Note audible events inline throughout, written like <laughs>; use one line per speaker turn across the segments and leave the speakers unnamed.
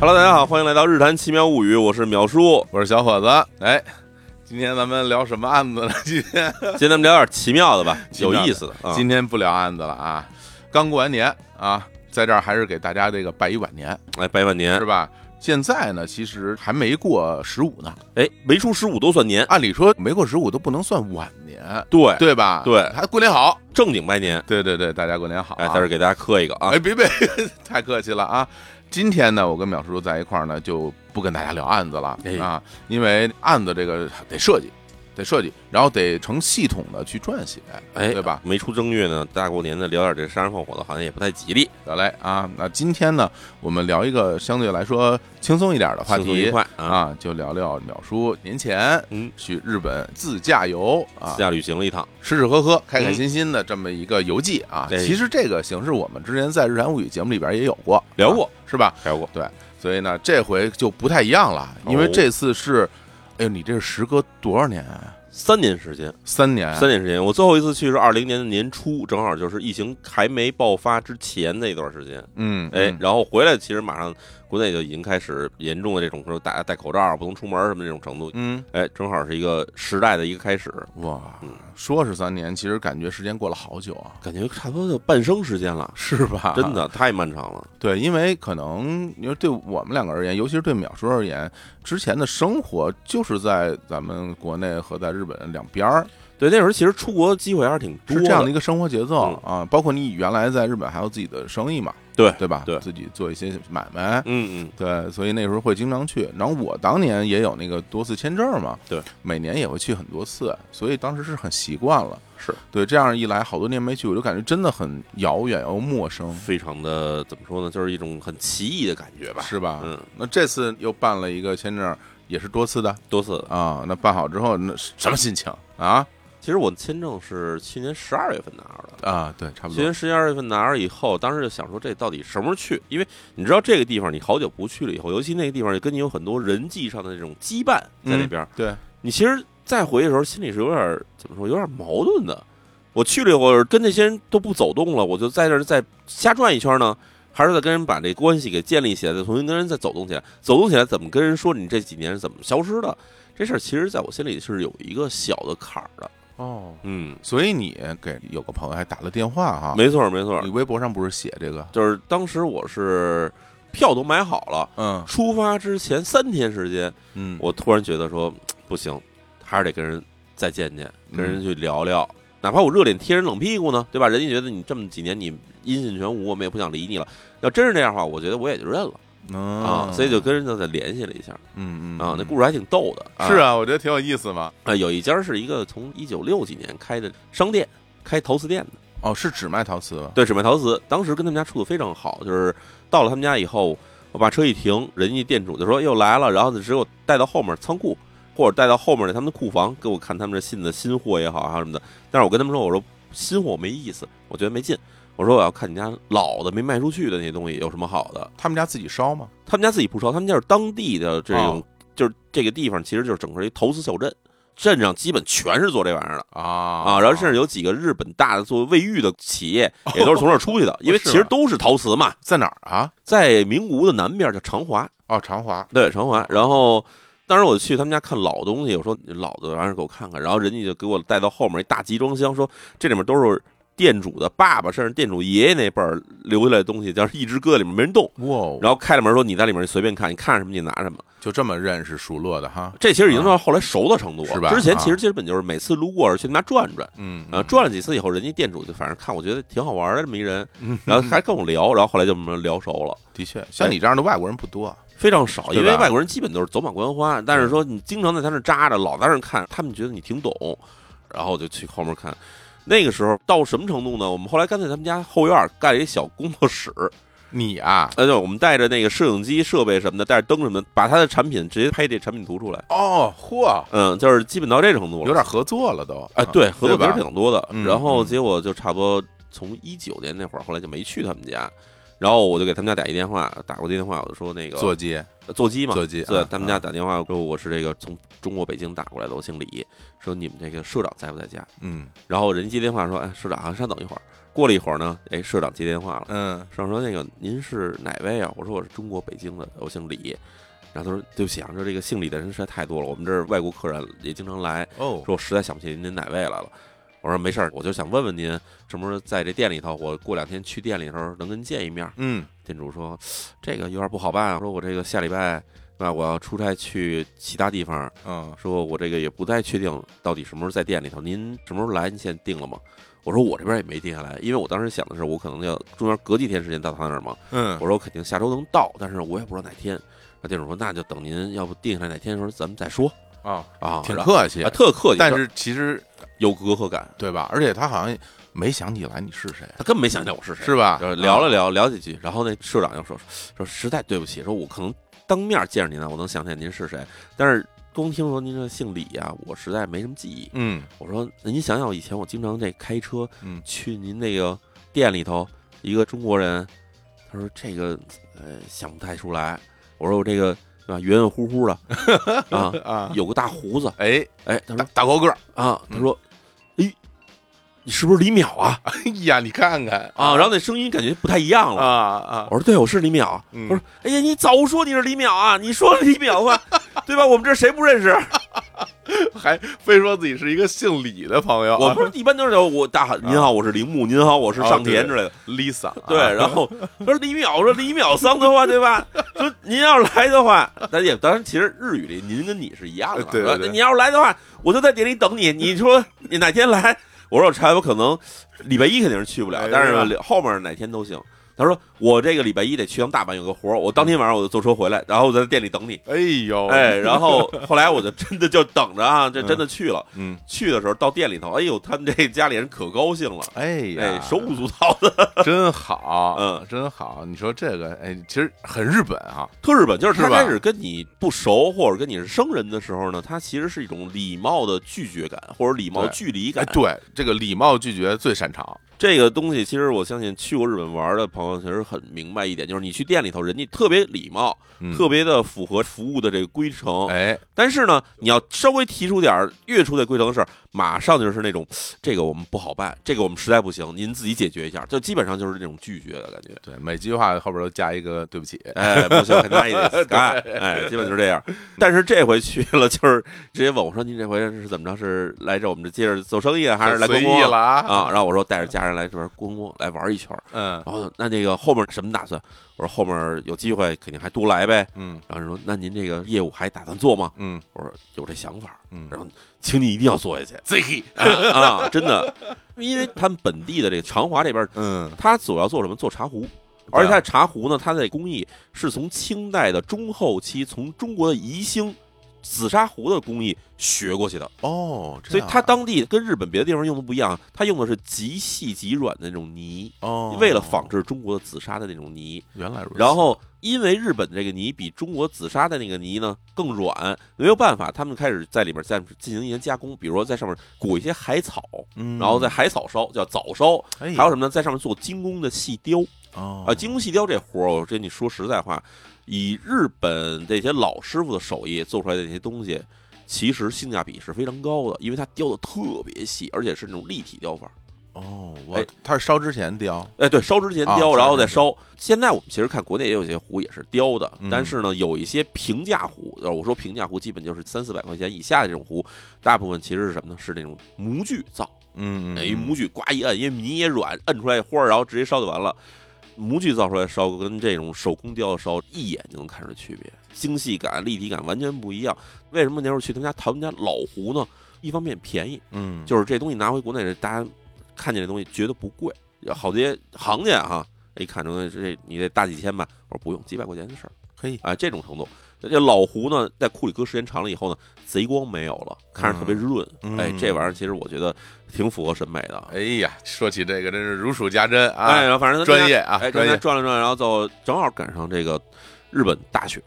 Hello，大家好，欢迎来到《日谈奇妙物语》，我是淼叔。
我是小伙子。哎，今天咱们聊什么案子呢？ <laughs> 今天
今天咱们聊点奇妙的吧，
奇
有
妙的
意思的啊。
今天不聊案子了啊。刚过完年啊，在这儿还是给大家这个拜一晚年，
哎，拜晚年
是，吧？现在呢，其实还没过十五呢。
哎，没出十五都算年，
按理说没过十五都不能算晚年，
对，
啊对啊吧？
对
还过年好。
正经拜年。
对对对，大家过年好、啊。
哎，在这儿给大家磕一个啊
哎，！别别， <laughs> 太客气了啊！今天呢，我跟淼叔在一块儿呢，就不跟大家聊案子了
哎
啊，因为案子这个得设计，得设计，然后得成系统的去撰写，
哎，
对吧？？
没出正月呢，大过年的聊点这杀人放火的，好像也不太吉利。
得嘞啊，那今天呢，我们聊一个相对来说轻松一点的话
轻松愉
题
快啊！
啊，就聊聊淼叔年前
嗯
去日本自驾游啊
自，驾旅行了一趟，
吃吃喝喝、开开心心的这么一个游记啊。
对
其实这个形式我们之前在《日谈物语》节目里边也有过
聊过
啊是吧？
聊过
所以呢，这回就不太一样了，因为
哦
这次是，哎呦，你这是时隔多少年啊？
三年时间，
三年，
三年时间。我最后一次去是二零年的年初，正好就是疫情还没爆发之前那段时间。
嗯，
哎
嗯，
然后回来其实马上国内就已经开始严重的这种说大家戴口罩啊不能出门什么这种程度，
嗯，
哎，正好是一个时代的一个开始，
哇
嗯，
说是三年，其实感觉时间过了好久啊，
感觉差不多就半生时间了，
是吧？
真，的太漫长了。
对，因为可能因为对我们两个而言，尤其是对淼叔而言，之前的生活就是在咱们国内和在日本两边儿，
对，那时候其实出国机会还是挺多
是这样的一个生活节奏
嗯
啊。包括你原来在日本还有自己的生意嘛，
对
对吧？
对
自己做一些买卖，
嗯嗯，
对，所以那时候会经常去。然后我当年也有那个多次签证嘛，
对，
每年也会去很多次，所以当时是很习惯了。
是
对，这样一来，好多年没去，我就感觉真的很遥远又陌生，
嗯非常的怎么说呢，就是一种很奇异的感觉吧。
是吧？
嗯，
那这次又办了一个签证，也是多次的
多次。
啊。那办好之后，那什么心情啊？
其实我签证是去年十二月份拿着的。
啊，对，差不
去
多
年。十一二月份拿着以后，当时就想说这到底什么时候去？因为你知道这个地方你好久不去了以后，尤其那个地方就跟你有很多人际上的这种羁绊在那边儿，
对，
你其实再回去的时候心里是有点儿怎么说，有点矛盾的。我去了以后，我是跟那些人都不走动了，我就在这儿再瞎转一圈呢，还是在跟人把这关系给建立起来，再重新跟人再走动起来？走动起来怎么跟人说你这几年是怎么消失的？这事儿其实在我心里是有一个小的坎儿的。
哦，
嗯，
所以你给有个朋友还打了电话哈，
没错儿没错儿
你，微博上不是写这个？
就是当时我是票都买好了，
嗯
出发之前三天时间，
嗯，
我突然觉得说不行，还是得跟人再见见，
嗯
跟人去聊聊，哪怕我热脸贴人冷屁股呢，对吧？人家觉得你这么几年你音信全无，我们也不想理你了。要真是那样的话，我觉得我也就认了啊，
啊
所以就跟人家再联系了一下
嗯嗯
啊。那
嗯
故事还挺逗的，
是啊，我觉得挺有意思嘛。
啊，有一家是一个从一九六几年开的商店，开陶瓷店的。
哦，是只卖陶瓷吧？
对，只卖陶瓷。当时跟他们家处的非常好，就是到了他们家以后，我把车一停，人家店主就说哎又来了，然后就只有带到后面仓库，或者带到后面的他们的库房，给我看他们这新的新货也好还啊有什么的。但是我跟他们说，我说新货没意思，我觉得没劲。我说我要看你家老的没卖出去的那些东西有什么好的。
他们家自己烧吗？
他们家自己不烧，他们家是当地的这种，
哦
就是这个地方其实就是整个一陶瓷小镇，镇上基本全是做这玩意儿的。啊，
啊啊哦
然后甚至有几个日本大的做卫浴的企业，也都是从这儿出去的，因为
是
其
吗
实都是陶瓷嘛，
在哪儿啊？
在名古屋的南边叫长华，
哦，长华。
对，长华。然后当时我去他们家看老东西，我说老的玩意儿给我看看，然后人家就给我带到后面一大集装箱，说这里面都是店主的爸爸，甚至店主爷爷那辈儿留下来的东西，叫一直搁里面没人动。
哇，哦
然后开了门说：“你在里面随便看，你看什么你拿什么。
就这么认识熟络的哈”。
这其实已经到后来熟的程度了。
啊是吧
之前其
啊
实基本就是每次路过去他们家转转，
嗯
啊，
啊，
转了几次以后，人家店主就反正看我觉得挺好玩的这么一人
嗯，
然后还跟我聊，然后后来就这么聊熟了，
的确，像你这样的外国人不多。啊
非常少，
对
因
吧嗯
为外国人基本都是走马观花，但是说你经常在他那扎着，老在那看，他们觉得你挺懂，然后就去后面看。那个时候到什么程度呢？我们后来干脆他们家后院盖了一小工作室，
你啊，
哎对，我们带着那个摄影机设备什么的，带着灯什么的，把他的产品直接拍这产品图出来。
哦，嚯，
嗯，就是基本到这程度了，
有点合作了都。
哎，对，合作其
啊吧
实挺多的。
嗯
然后
嗯
结果就差不多从一九年那会儿，后来就没去他们家。然后我就给他们家打一电话，打过电话，我就说那个
座机
呃座机嘛，
座机
对
啊，
他们家
啊
打电话说我是这个从中国北京打过来的，我姓李，说你们这个社长在不在家？
嗯
然后人接电话说，哎，社长啊，稍等一会儿。过了一会儿呢，哎，社长接电话了，
嗯
社长说那个您是哪位啊？我说我是中国北京的，我姓李。然后他说对不起啊，说这个姓李的人实在太多了，我们这儿外国客人也经常来，
哦
说我实在想不起您哪位来了。我说没事儿，我就想问问您什么时候在这店里头，我过两天去店里头能跟您见一面。
嗯
店主说这个有点不好办啊，说我这个下礼拜对吧，我要出差去其他地方，
嗯
说我这个也不太确定到底什么时候在店里头，您什么时候来？您现在定了吗？我说我这边也没定下来，因为我当时想的是我可能要中间隔几天时间到他那儿嘛，
嗯
我说我肯定下周能到，但是我也不知道哪天。那店主说那就等您要不定下来哪天的时候咱们再说
啊，
啊，
挺
然后
客气
啊，，特客气，
但是其实
有隔阂感，
对吧？而且他好像没想起来你是谁，
他根本没想起来我是谁，
是吧？
就是聊了
啊
聊聊几句，然后那社长又说说实在对不起，说我可能当面见着您呢，我能想起来您是谁，但是光听说您这姓李呀、我实在没什么记忆。
嗯
我说那您想想，以前我经常这开车
嗯
去您那个店里头，一个中国人，他说这个呃想不太出来。我说我这个对吧，圆圆乎
<laughs>
乎的啊，
啊，
有个大胡子，
哎，
哎，他
大
说
大高个儿，
啊，
嗯
他说，哎，你是不是李淼啊？
哎呀，你看看
啊，然后那声音感觉不太一样了。
啊啊，
我说对，我是李淼。
嗯
我说哎呀，你早说你是李淼啊！ <laughs> 你说李淼的话，对吧？我们这谁不认识？
啊还非说自己是一个姓李的朋友啊，
我不是一般都是我大喊您好，我是铃木，您好，我是上田之类的。
Lisa，啊
对，然后他说李淼，我说李淼桑的话，对吧？说您要来的话，咱也当然，其实日语里您跟你是一样的。
对对对
你要来的话，我就在店里等你。你说你哪天来？我说我查，我可能礼拜一肯定是去不了
哎，
但
对
是后面哪天都行。他说我这个礼拜一得去趟大阪有个活儿，我当天晚上我就坐车回来，然后我在店里等你。
哎呦，
哎，然 <laughs> 后后来我就真的就等着啊，这真的去了。
嗯，
去的时候到店里头，哎呦，他们这家里人可高兴了，
哎
哎，
呀，
手舞足蹈的，
真好，
嗯，
真好。你说这个，哎，其实很日本啊，
特日本就是他
是吧
开始跟你不熟或者跟你是生人的时候呢，他其实是一种礼貌的拒绝感或者礼貌
对
距离 <laughs>
哎，
感。
对，这个礼貌拒绝最擅长，
这个东西，其实我相信去过日本玩的朋友其实很明白一点，就是你去店里头，人家特别礼貌，
嗯
特别的符合服务的这个规程。
哎，
但是呢，你要稍微提出点儿越出这规程的事儿，马上就是那种 <sniffs> 这个我们不好办，这个我们实在不行，您自己解决一下，就基本上就是这种拒绝的感觉。
对，每句话后边都加一个对不起，
哎，不行，很大
<laughs>
一点，哎，哎，基本就是这样。但是这回去了，就是直接问我说：“您这回是怎么着？是来这我们这接着做生意啊，还是来
随
观
意
光啊
了啊，
啊？”然后我说带着家人来这边观光，来玩一圈儿。
嗯
然后那那个后面什么打算？我说后面有机会肯定还多来呗。
嗯
然后人说：“那您这个业务还打算做吗
嗯？”
我说：“有这想法，
嗯，
然后请你一定要做下去。”
最后，
啊，真的，因为他们本地的这个长华这边，
嗯
他主要做什么？做茶
啊
壶，而且他的茶壶呢，它的工艺是从清代的中后期，从中国的宜兴紫砂壶的工艺学过去的，
哦，这
所以
样啊
它当地跟日本别的地方用的不一样，它用的是极细极软的那种泥，
哦，
为了仿制中国的紫砂的那种泥，
原来如此，
然后因为日本这个泥比中国紫砂的那个泥呢更软，没有办法，他们开始在里面再进行一些加工，比如说在上面裹一些海草，
嗯，
然后在海草烧叫早烧，
还
还有什么呢？在上面做精工的细雕
哦
啊，精工细雕这活儿，我跟你说实在话，以日本这些老师傅的手艺做出来的这些东西。其实性价比是非常高的，因为它雕的特别细，而且是那种立体雕法。
哦，我
哎
他是烧之前雕，
哎，对，烧之前雕，
啊
然后再烧。现在我们其实看国内也有些壶也是雕的，
嗯
但是呢，有一些平价壶，呃我说平价壶基本就是三四百块钱以下的这种壶，大部分其实是什么呢？是那种模具造，
嗯，
哎，一模具呱一摁，因为泥也软，摁出来花儿，然后直接烧就完了。模具造出来烧跟这种手工雕的烧一眼就能看出区别，精细感、立体感完全不一样。为什么那时候去他们家淘他们家老壶呢？一方面便宜，
嗯，
就是这东西拿回国内，大家看见这东西觉得不贵，好些行家哈、一看这这你得大几千吧，我说不用，几百块钱的事儿
可以，
啊，这种程度。这老壶呢，在库里搁时间长了以后呢，贼光没有了，看着特别润。
嗯
哎
嗯，
这玩意儿其实我觉得挺符合审美的。
哎呀，说起这个真是如数家珍
哎，
啊，
然后反正
专业啊，
哎，
专
刚才
业，
转了转，然后就正好赶上这个日本大雪，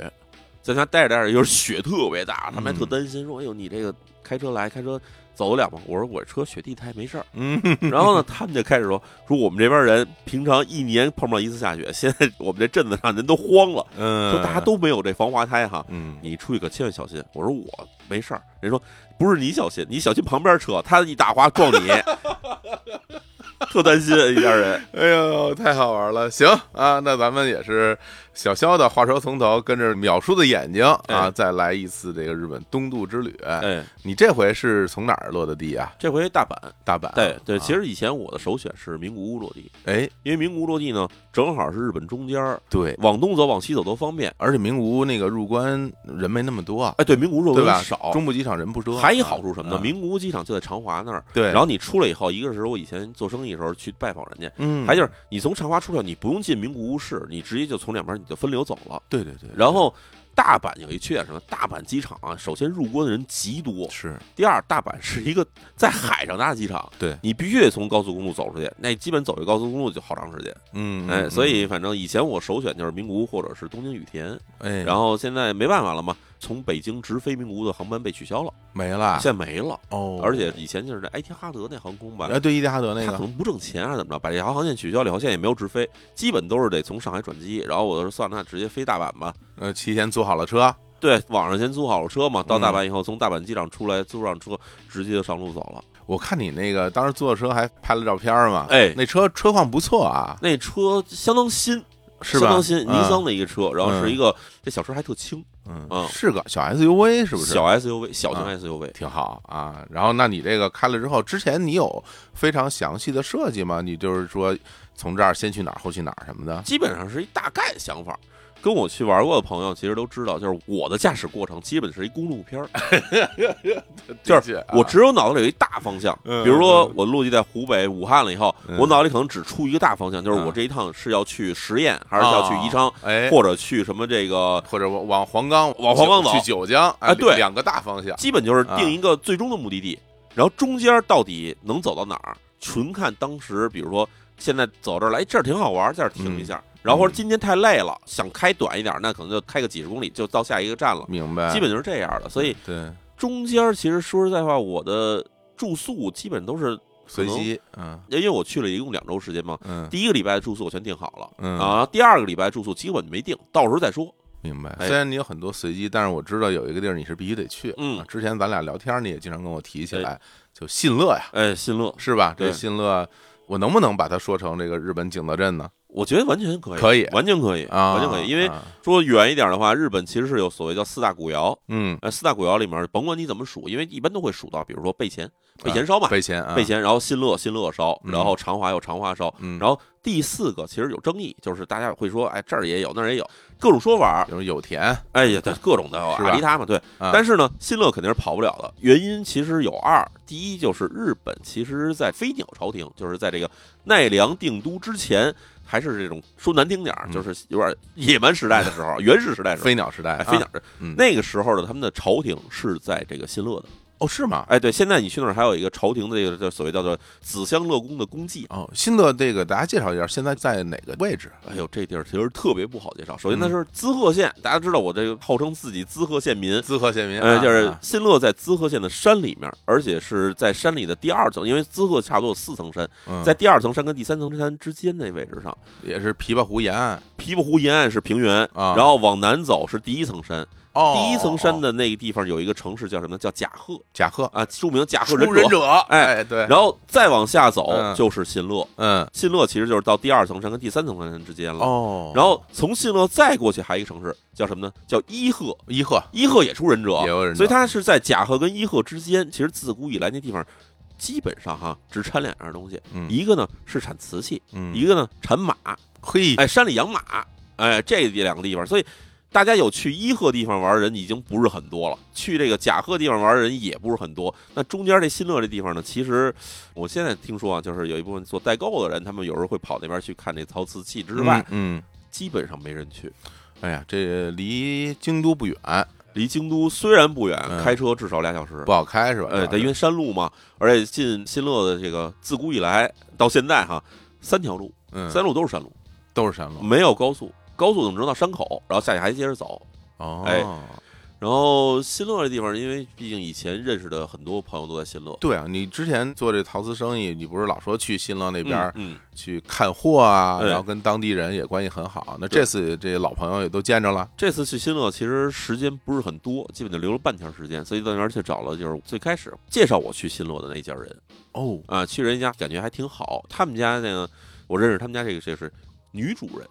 在家待着待着，又是雪特别大，他们还特
嗯
担心说：“哎呦，你这个开车来，开车走两步，我说我这车雪地胎没事儿。
嗯，
然后呢，他们就开始说说我们这边人平常一年碰不上一次下雪， <laughs> 现在我们这镇子上人都慌了，
嗯，
说大家都没有这防滑胎哈，
嗯
你出去可千万小心。我说我没事儿，人说不是你小心，你小心旁边车，他一打滑撞 <laughs> 你，特担心一家人。
哎呦，太好玩了！行啊，那咱们也是小小的话说从头，跟着淼叔的眼睛啊，
哎
再来一次这个日本东渡之旅。
<laughs> 哎，
你这回是从哪儿落的地啊？
这回大阪，
大阪啊。
对对，
啊
其实以前我的首选是名古屋落地，
哎，
因为名古屋落地呢，正好是日本中间儿，
对，
往东走往西走都方便。
而且名古屋那个入关人没那么多啊，
哎，对，名古屋落
对吧？
地少。
中部机场人不多。
还一好处什么呢？
啊
名古屋机场就在长华那儿，
对，
然后你出来以后，一个是我以前做生意的时候去拜访人家，
嗯，
还就是你从长华出来，你不用进名古屋市，你直接就从两边你就分流走了。
对对对，
然后大阪有一缺点什么？大阪机场啊，首先入关的人极多，
是
第二，大阪是一个在海上大机场，
对
你必须得从高速公路走出去，那基本走一高速公路就好长时间。
嗯，
哎，
嗯
所以反正以前我首选就是名古屋或者是东京羽田，
哎，
然后现在没办法了嘛，从北京直飞名古屋的航班被取消了，
没了
现在没了，
啊哦，
而且以前就是那埃提哈德那航空吧。
哎，对，伊迪哈德那
它可
个，
能不挣钱还是怎么着，把这条航线取消了以后，现在也没有直飞，基本都是得从上海转机。然后我就说算了，那直接飞大阪吧。
呃，提前租好了车，
对，网上先租好了车嘛，到大阪以
嗯
后，从大阪机场出来，租上车，直接就上路走了。
我看你那个当时坐车还拍了照片儿嘛，
哎
啊那车车况不错啊，
那车相当新，
是吧？
相当新，尼
嗯
桑的一个车，然后是一个这小车还特轻，
嗯，
嗯
是个小 SUV 是不是？
小 SUV，小型
啊
SUV。
挺好啊。然后，那你这个开了之后，之前你有非常详细的设计吗？你就是说从这儿先去哪儿，后去哪儿什么的？
基本上是一大概想法。跟我去玩过的朋友其实都知道，就是我的驾驶过程基本是一公路片儿，就
的
是
确啊
我只有脑子里有一大方向。
嗯
比如说我落地在湖北武汉了以后，
嗯
我脑子里可能只出一个大方向，就是
嗯
我这一趟是要去十堰，还是要去宜昌
哦，哎，
或者去什么这个，
或者往往黄冈，
往黄冈走
去九江，
啊
两
对
两个大方向。
基本就是定一个最终的目的地，然后中间到底能走到哪儿，纯看当时，比如说现在走这儿来，哎这儿挺好玩，在这儿停一
嗯
下。然后或者今天太累了，想开短一点，那可能就开个几十公里就到下一个站了，
明白，嗯
基本就是这样的。所以
对
中间其实说实在话，我的住宿基本都是，
随机，嗯
因为我去了一共两周时间嘛，
嗯，
第一个礼拜的住宿我全定好了，
嗯
啊，第二个礼拜住宿基本没定，到时候再说。
明白。
哎
虽然你有很多随机，但是我知道有一个地儿你是必须得去。
嗯
啊之前咱俩聊天儿你也经常跟我提起来，就信乐呀，
哎，新乐，
是吧？这
对
信乐，我能不能把它说成这个日本景德镇呢？
我觉得完全可以，
可以
完全可以，
啊，
完全可以，因为
啊
说远一点的话，日本其实是有所谓叫四大古窑。
嗯，
呃，四大古窑里面，甭管你怎么数，因为一般都会数到，比如说备前、备前烧嘛，
备前啊，
备前，然后新乐、新乐烧，
嗯
然后长华有长华烧，
嗯
然后第四个其实有争议，就是大家会说，哎，这儿也有，那儿也有，各种说法，
比如有田，
哎呀，对，各种的
是吧
阿迪他嘛，对。
啊
但是呢，新乐肯定是跑不了的，原因其实有二，第一就是日本其实，在飞鸟朝廷，就是在这个奈良定都之前，还是这种说难听点儿，
嗯
就是有点野蛮时代的时
<laughs>
候，啊原始时代的时候
飞鸟时代
哎，
啊，
飞鸟、
嗯
那个时候的他们的朝廷是在这个新乐的。
哦是吗？
哎，对，现在你去那儿还有一个朝廷的这个叫所谓叫做紫香乐宫的宫祭。
哦，新乐这个大家介绍一下，现在在哪个位置？
哎呦，这地儿其实特别不好介绍。首先，
嗯
它是滋贺县，大家知道我这个号称自己滋贺县民，
滋贺县民，
呃，
啊
就是
啊
新乐在滋贺县的山里面，而且是在山里的第二层，因为滋贺差不多有四层山，
嗯
在第二层山跟第三层山之间那位置上，
也是琵琶湖沿岸
琵琶湖沿岸是平原，
啊
然后往南走是第一层山，
哦，
第一层山
哦
的那个地方有一个城市叫什么？叫甲贺
甲贺，
啊，著名的甲贺
出
忍
忍
者。
者，
哎
哎对，
然后再往下走
嗯
就是新乐，
嗯
新乐其实就是到第二层山跟第三层山之间了。
哦，
然后从新乐再过去还有一个城市叫什么呢？叫伊贺，
伊贺
伊贺也出忍者，
也有人，
所以它是在甲贺跟伊贺之间。其实自古以来那地方基本上哈只产两样东西，
嗯
一个呢是产瓷器，
嗯
一个呢产马。
嘿
哎，山里养马，哎，这两个地方，所以。大家有去伊贺地方玩的人已经不是很多了，去这个甲贺地方玩的人也不是很多。那中间这新乐这地方呢，其实我现在听说啊，就是有一部分做代购的人，他们有时候会跑那边去看这陶瓷器之外，
嗯，嗯
基本上没人去。
哎呀，这离京都不远，
离京都虽然不远，
嗯
开车至少俩小时
不，好开是吧？嗯
呃，对，因为山路嘛，而且进新乐的这个自古以来到现在哈，三条路，
嗯，
三路嗯都是山路，
都是山路
没有高速，高速怎么能到山口，然后下去还接着走。
哦，
哎然然后新乐这地方，因为毕竟以前认识的很多朋友都在新乐，
对啊，你之前做这陶瓷生意，你不是老说去新浪那
那
边儿
嗯，嗯
去看货啊，
对
然后跟当地人也关系很好。那
对
这次这老朋友也都见着了，
这次去新乐其实时间不是很多，基本就留了半天时间，所以到那边去找了就是最开始介绍我去新乐的那一家人
哦，
啊、去人家感觉还挺好。他们家那个我认识他们家这个这个是女主人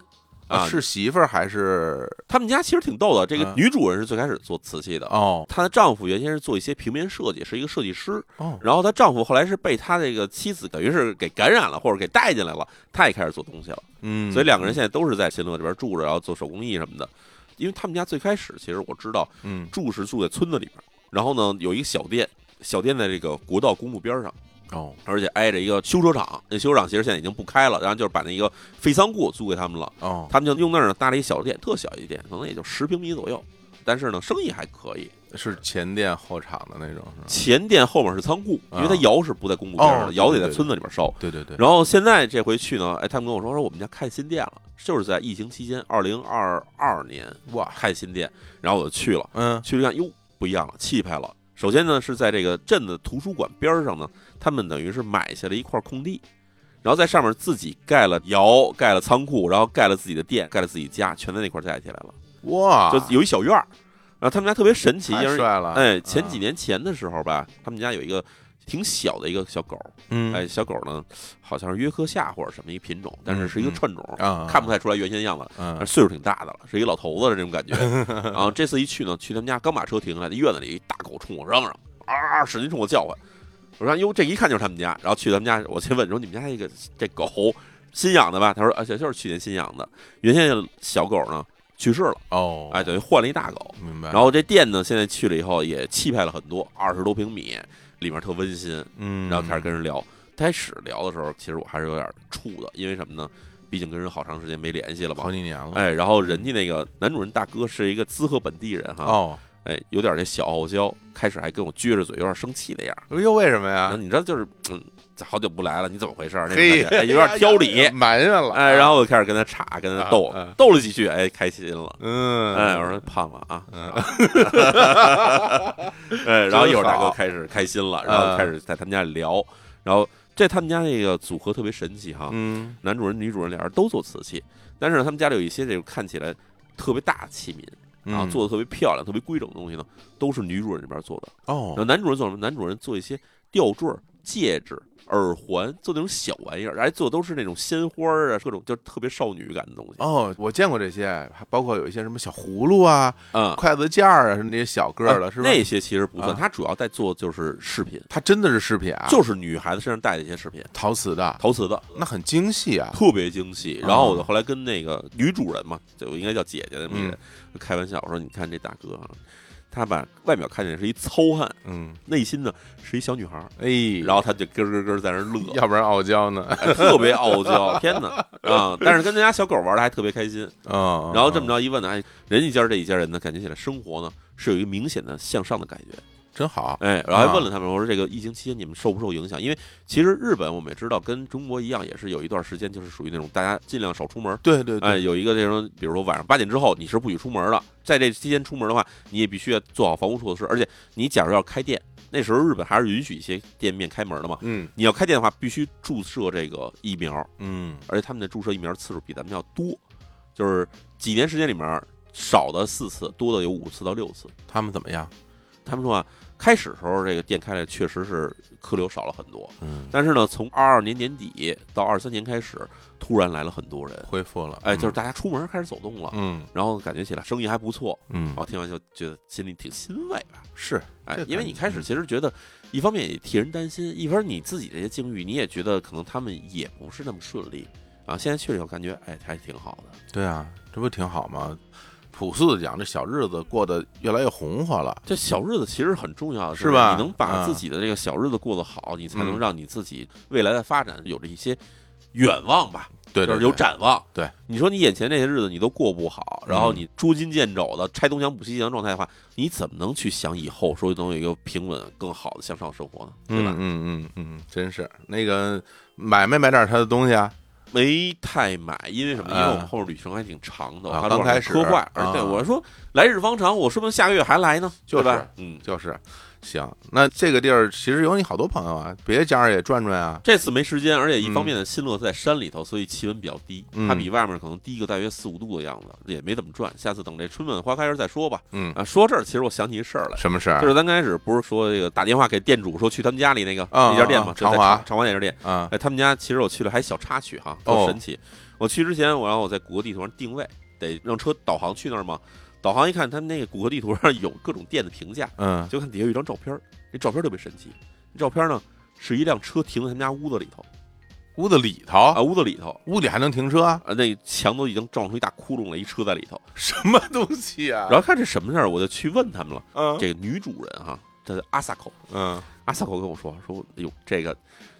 啊，
是媳妇儿还是
他们家其实挺逗的。这个
嗯
女主人是最开始做瓷器的，啊
哦
她的丈夫原先是做一些平面设计，是一个设计师，
哦
然后她丈夫后来是被她这个妻子等于是给感染了，或者给带进来了，她也开始做东西了。
嗯，
所以两个人现在都是在新乐这边住着，然后做手工艺什么的。因为他们家最开始其实我知道
嗯
住是住在村子里边，然后呢有一个小店，小店在这个国道公路边上，
哦
而且挨着一个修车厂。那修车厂其实现在已经不开了，然后就是把那个废仓库租给他们了，
哦，
他们就用那儿呢搭了一小店，特小一店，可能也就十平米左右。但是呢，生意还可以。
是前店后厂的那种，是吧？
前店后面是仓库，因为它
啊
窑是不在公路边上
哦
的，窑得
对
在
对
村子里边烧。
对对对，
然后现在这回去呢，哎，他们跟我说说我们家开新店了，就是在疫情期间，二零二二年
哇，
开新店，然后我就去了，
嗯
去了一看，哟，不一样了，气派了。首先呢，是在这个镇的图书馆边儿上呢，他们等于是买下了一块空地，然后在上面自己盖了窑，盖了仓库，然后盖了自己的店，盖了自己家，全在那块儿盖起来了，
哇，
就有一小院儿。然后他们家特别神奇，
啊太
就是
帅了，
哎，前几
啊
年前的时候吧，他们家有一个挺小的一个小狗，
嗯
哎，小狗呢，好像是约克夏或者什么一品种，但是
嗯
是一个
嗯
串种，
啊
看不太出来原先样子，但
嗯
是岁数挺大的了，是一个老头子的这种
<laughs>
感觉。然后这次一去呢，去他们家刚把车停下来，院子里一大狗冲我嚷嚷，啊，使劲冲我叫唤。我说哟，哎这一看就是他们家。然后去他们家，我先问说你们家这个这狗新养的吧？他说啊，这就是去年新养的，原先小狗呢去世了，
哦，
哎，，等于换了一大狗。
明白，
然后这店呢，现在去了以后也气派了很多，二十多平米，里面特温馨。
嗯，
然后开始跟人聊。开始聊的时候，其实我还是有点怵的，因为什么呢？毕竟跟人好长时间没联系了嘛
好。几年了，
哎，然后人家那个男主人大哥是一个滋贺本地人哈，
哦，
哎，有点这小傲娇，开始还跟我撅着嘴，有点生气那样。
哎呦，为什么
然后
呀？
你知道就是，嗯，好久不来了，你怎么回事儿？那
嘿。
种感觉，哎有点挑理
埋怨了，
哎，然后我就开始跟他吵，跟他斗
啊啊，
斗了几句，哎，开心了。
嗯，
哎，我说胖了啊，
嗯， <laughs>
哎，然后一会儿大哥
真好嗯
开始开心了，然后开始在他们家聊，然后这他们家那个组合特别神奇哈，
嗯，
男主人、女主人俩人都做瓷器，但是呢，他们家里有一些这种看起来特别大的器皿，然后
嗯
做的特别漂亮、特别规整的东西呢，都是女主人这边做的。然后
哦，
男主人做什么？男主人做一些吊坠、戒指、耳环，做那种小玩意儿，而且做的都是那种鲜花儿啊，各种就是特别少女感的东西。
哦，我见过这些，还包括有一些什么小葫芦啊、
嗯，
筷子架儿啊，那些小个儿的，是吧？
那些其实不算，
啊
他主要在做就是饰品，
它真的是饰品啊，
就是女孩子身上戴的一些饰品，
陶瓷的，
陶瓷的。
那很精细啊。
特别精细。然后我就
啊
后来跟那个女主人嘛，就应该叫姐姐的那么一个人
嗯，
就开玩笑我说：“你看这大哥啊，他把外表看起来是一糙汉，
嗯，
内心呢是一小女孩儿。”
哎，
然后他就咯咯咯在那儿乐，
<laughs> 要不然傲娇呢？
<laughs> 哎特别傲
<laughs>
娇，天哪啊！但是跟那家小狗玩的还特别开心。
嗯，
然后这么着一问呢，哎，人一家这一家人呢，感觉起来生活呢是有一个明显的向上的感觉。
嗯真好，
哎，然后还问了他们，我说这个疫情期间你们受不受影响？因为其实日本我们也知道，跟中国一样，也是有一段时间就是属于那种大家尽量少出门，
对对
哎，
对，
有一个这种，比如说晚上八点之后你是不许出门的，在这期间出门的话，你也必须要做好防护措施。而且你假如要开店，那时候日本还是允许一些店面开门的嘛。
嗯
你要开店的话，必须注射这个疫苗，
嗯，
而且他们的注射疫苗次数比咱们要多，就是几年时间里面少的四次，多的有五次到六次。
他们怎么样？
他们说啊，开始时候这个店开来确实是客流少了很多，
嗯，
但是呢，从二二年年底到二三年开始，突然来了很多人，
恢复了，
哎，就是大家出门开始走动了。
嗯
然后感觉起来生意还不错，
嗯
然后听完就觉得心里挺欣慰吧。
是，
哎
这，
因为
感
你
觉
开始
嗯
其实觉得，一方面也替人担心，一方面你自己这些境遇，你也觉得可能他们也不是那么顺利啊。现在去了以后，感觉哎还挺好的。
对啊，这不挺好吗？朴素的讲，这小日子过得越来越红火了。
这小日子其实很重要的，
是
就
吧
你能把
啊
自己的这个小日子过得好，你才能
嗯
让你自己未来的发展有着一些远望吧，
对，
就
对
是有
对
展望。
对，
你说你眼前这些日子你都过不好，然后
嗯
你捉襟见肘的拆东墙补西墙状态的话，你怎么能去想以后说能有一个平稳、更好的
嗯
向上生活呢？对吧？
嗯嗯嗯嗯，真是那个买没买点他的东西啊？
没太买，因为什么？因为我们
嗯
后面旅程还挺长的，我
啊
怕路
刚开始
上磕坏。而
啊
对我说来日方长，我说不定下个月还来呢，
就是
对吧？嗯，
就是，行，那这个地儿其实有你好多朋友啊，别的家儿也转转啊，
这次没时间，而且一方面呢，新乐在山里头，所以气温比较低，
嗯
它比外面可能低个大约四五度的样子，也没怎么转。下次等这春暖花开时再说吧。
嗯
啊，说到这儿，其实我想起一事儿来。
什么事儿？啊
就是咱刚开始不是说这个打电话给店主说去他们家里那个
啊
那家店嘛
啊，
就在
长华
长华那家店，
啊，
哎，他们家其实我去了，还小插曲哈，
哦
特神奇。我去之前，我让我在谷歌地图上定位，得让车导航去那儿嘛。导航一看，他们那个谷歌地图上有各种店的评价，
嗯，
就看底下有一张照片儿，那照片儿特别神奇。那照片儿呢是一辆车停在他们家屋子里头
屋子里头，
啊，屋子里头
屋里还能停车啊？
啊，那墙都已经撞出一大窟窿了，一车在里头。
什么东西啊？
然后看这什么事儿，我就去问他们了。
嗯
这个女主人哈，她阿萨口，
嗯
阿萨口跟我说说，哎呦，这个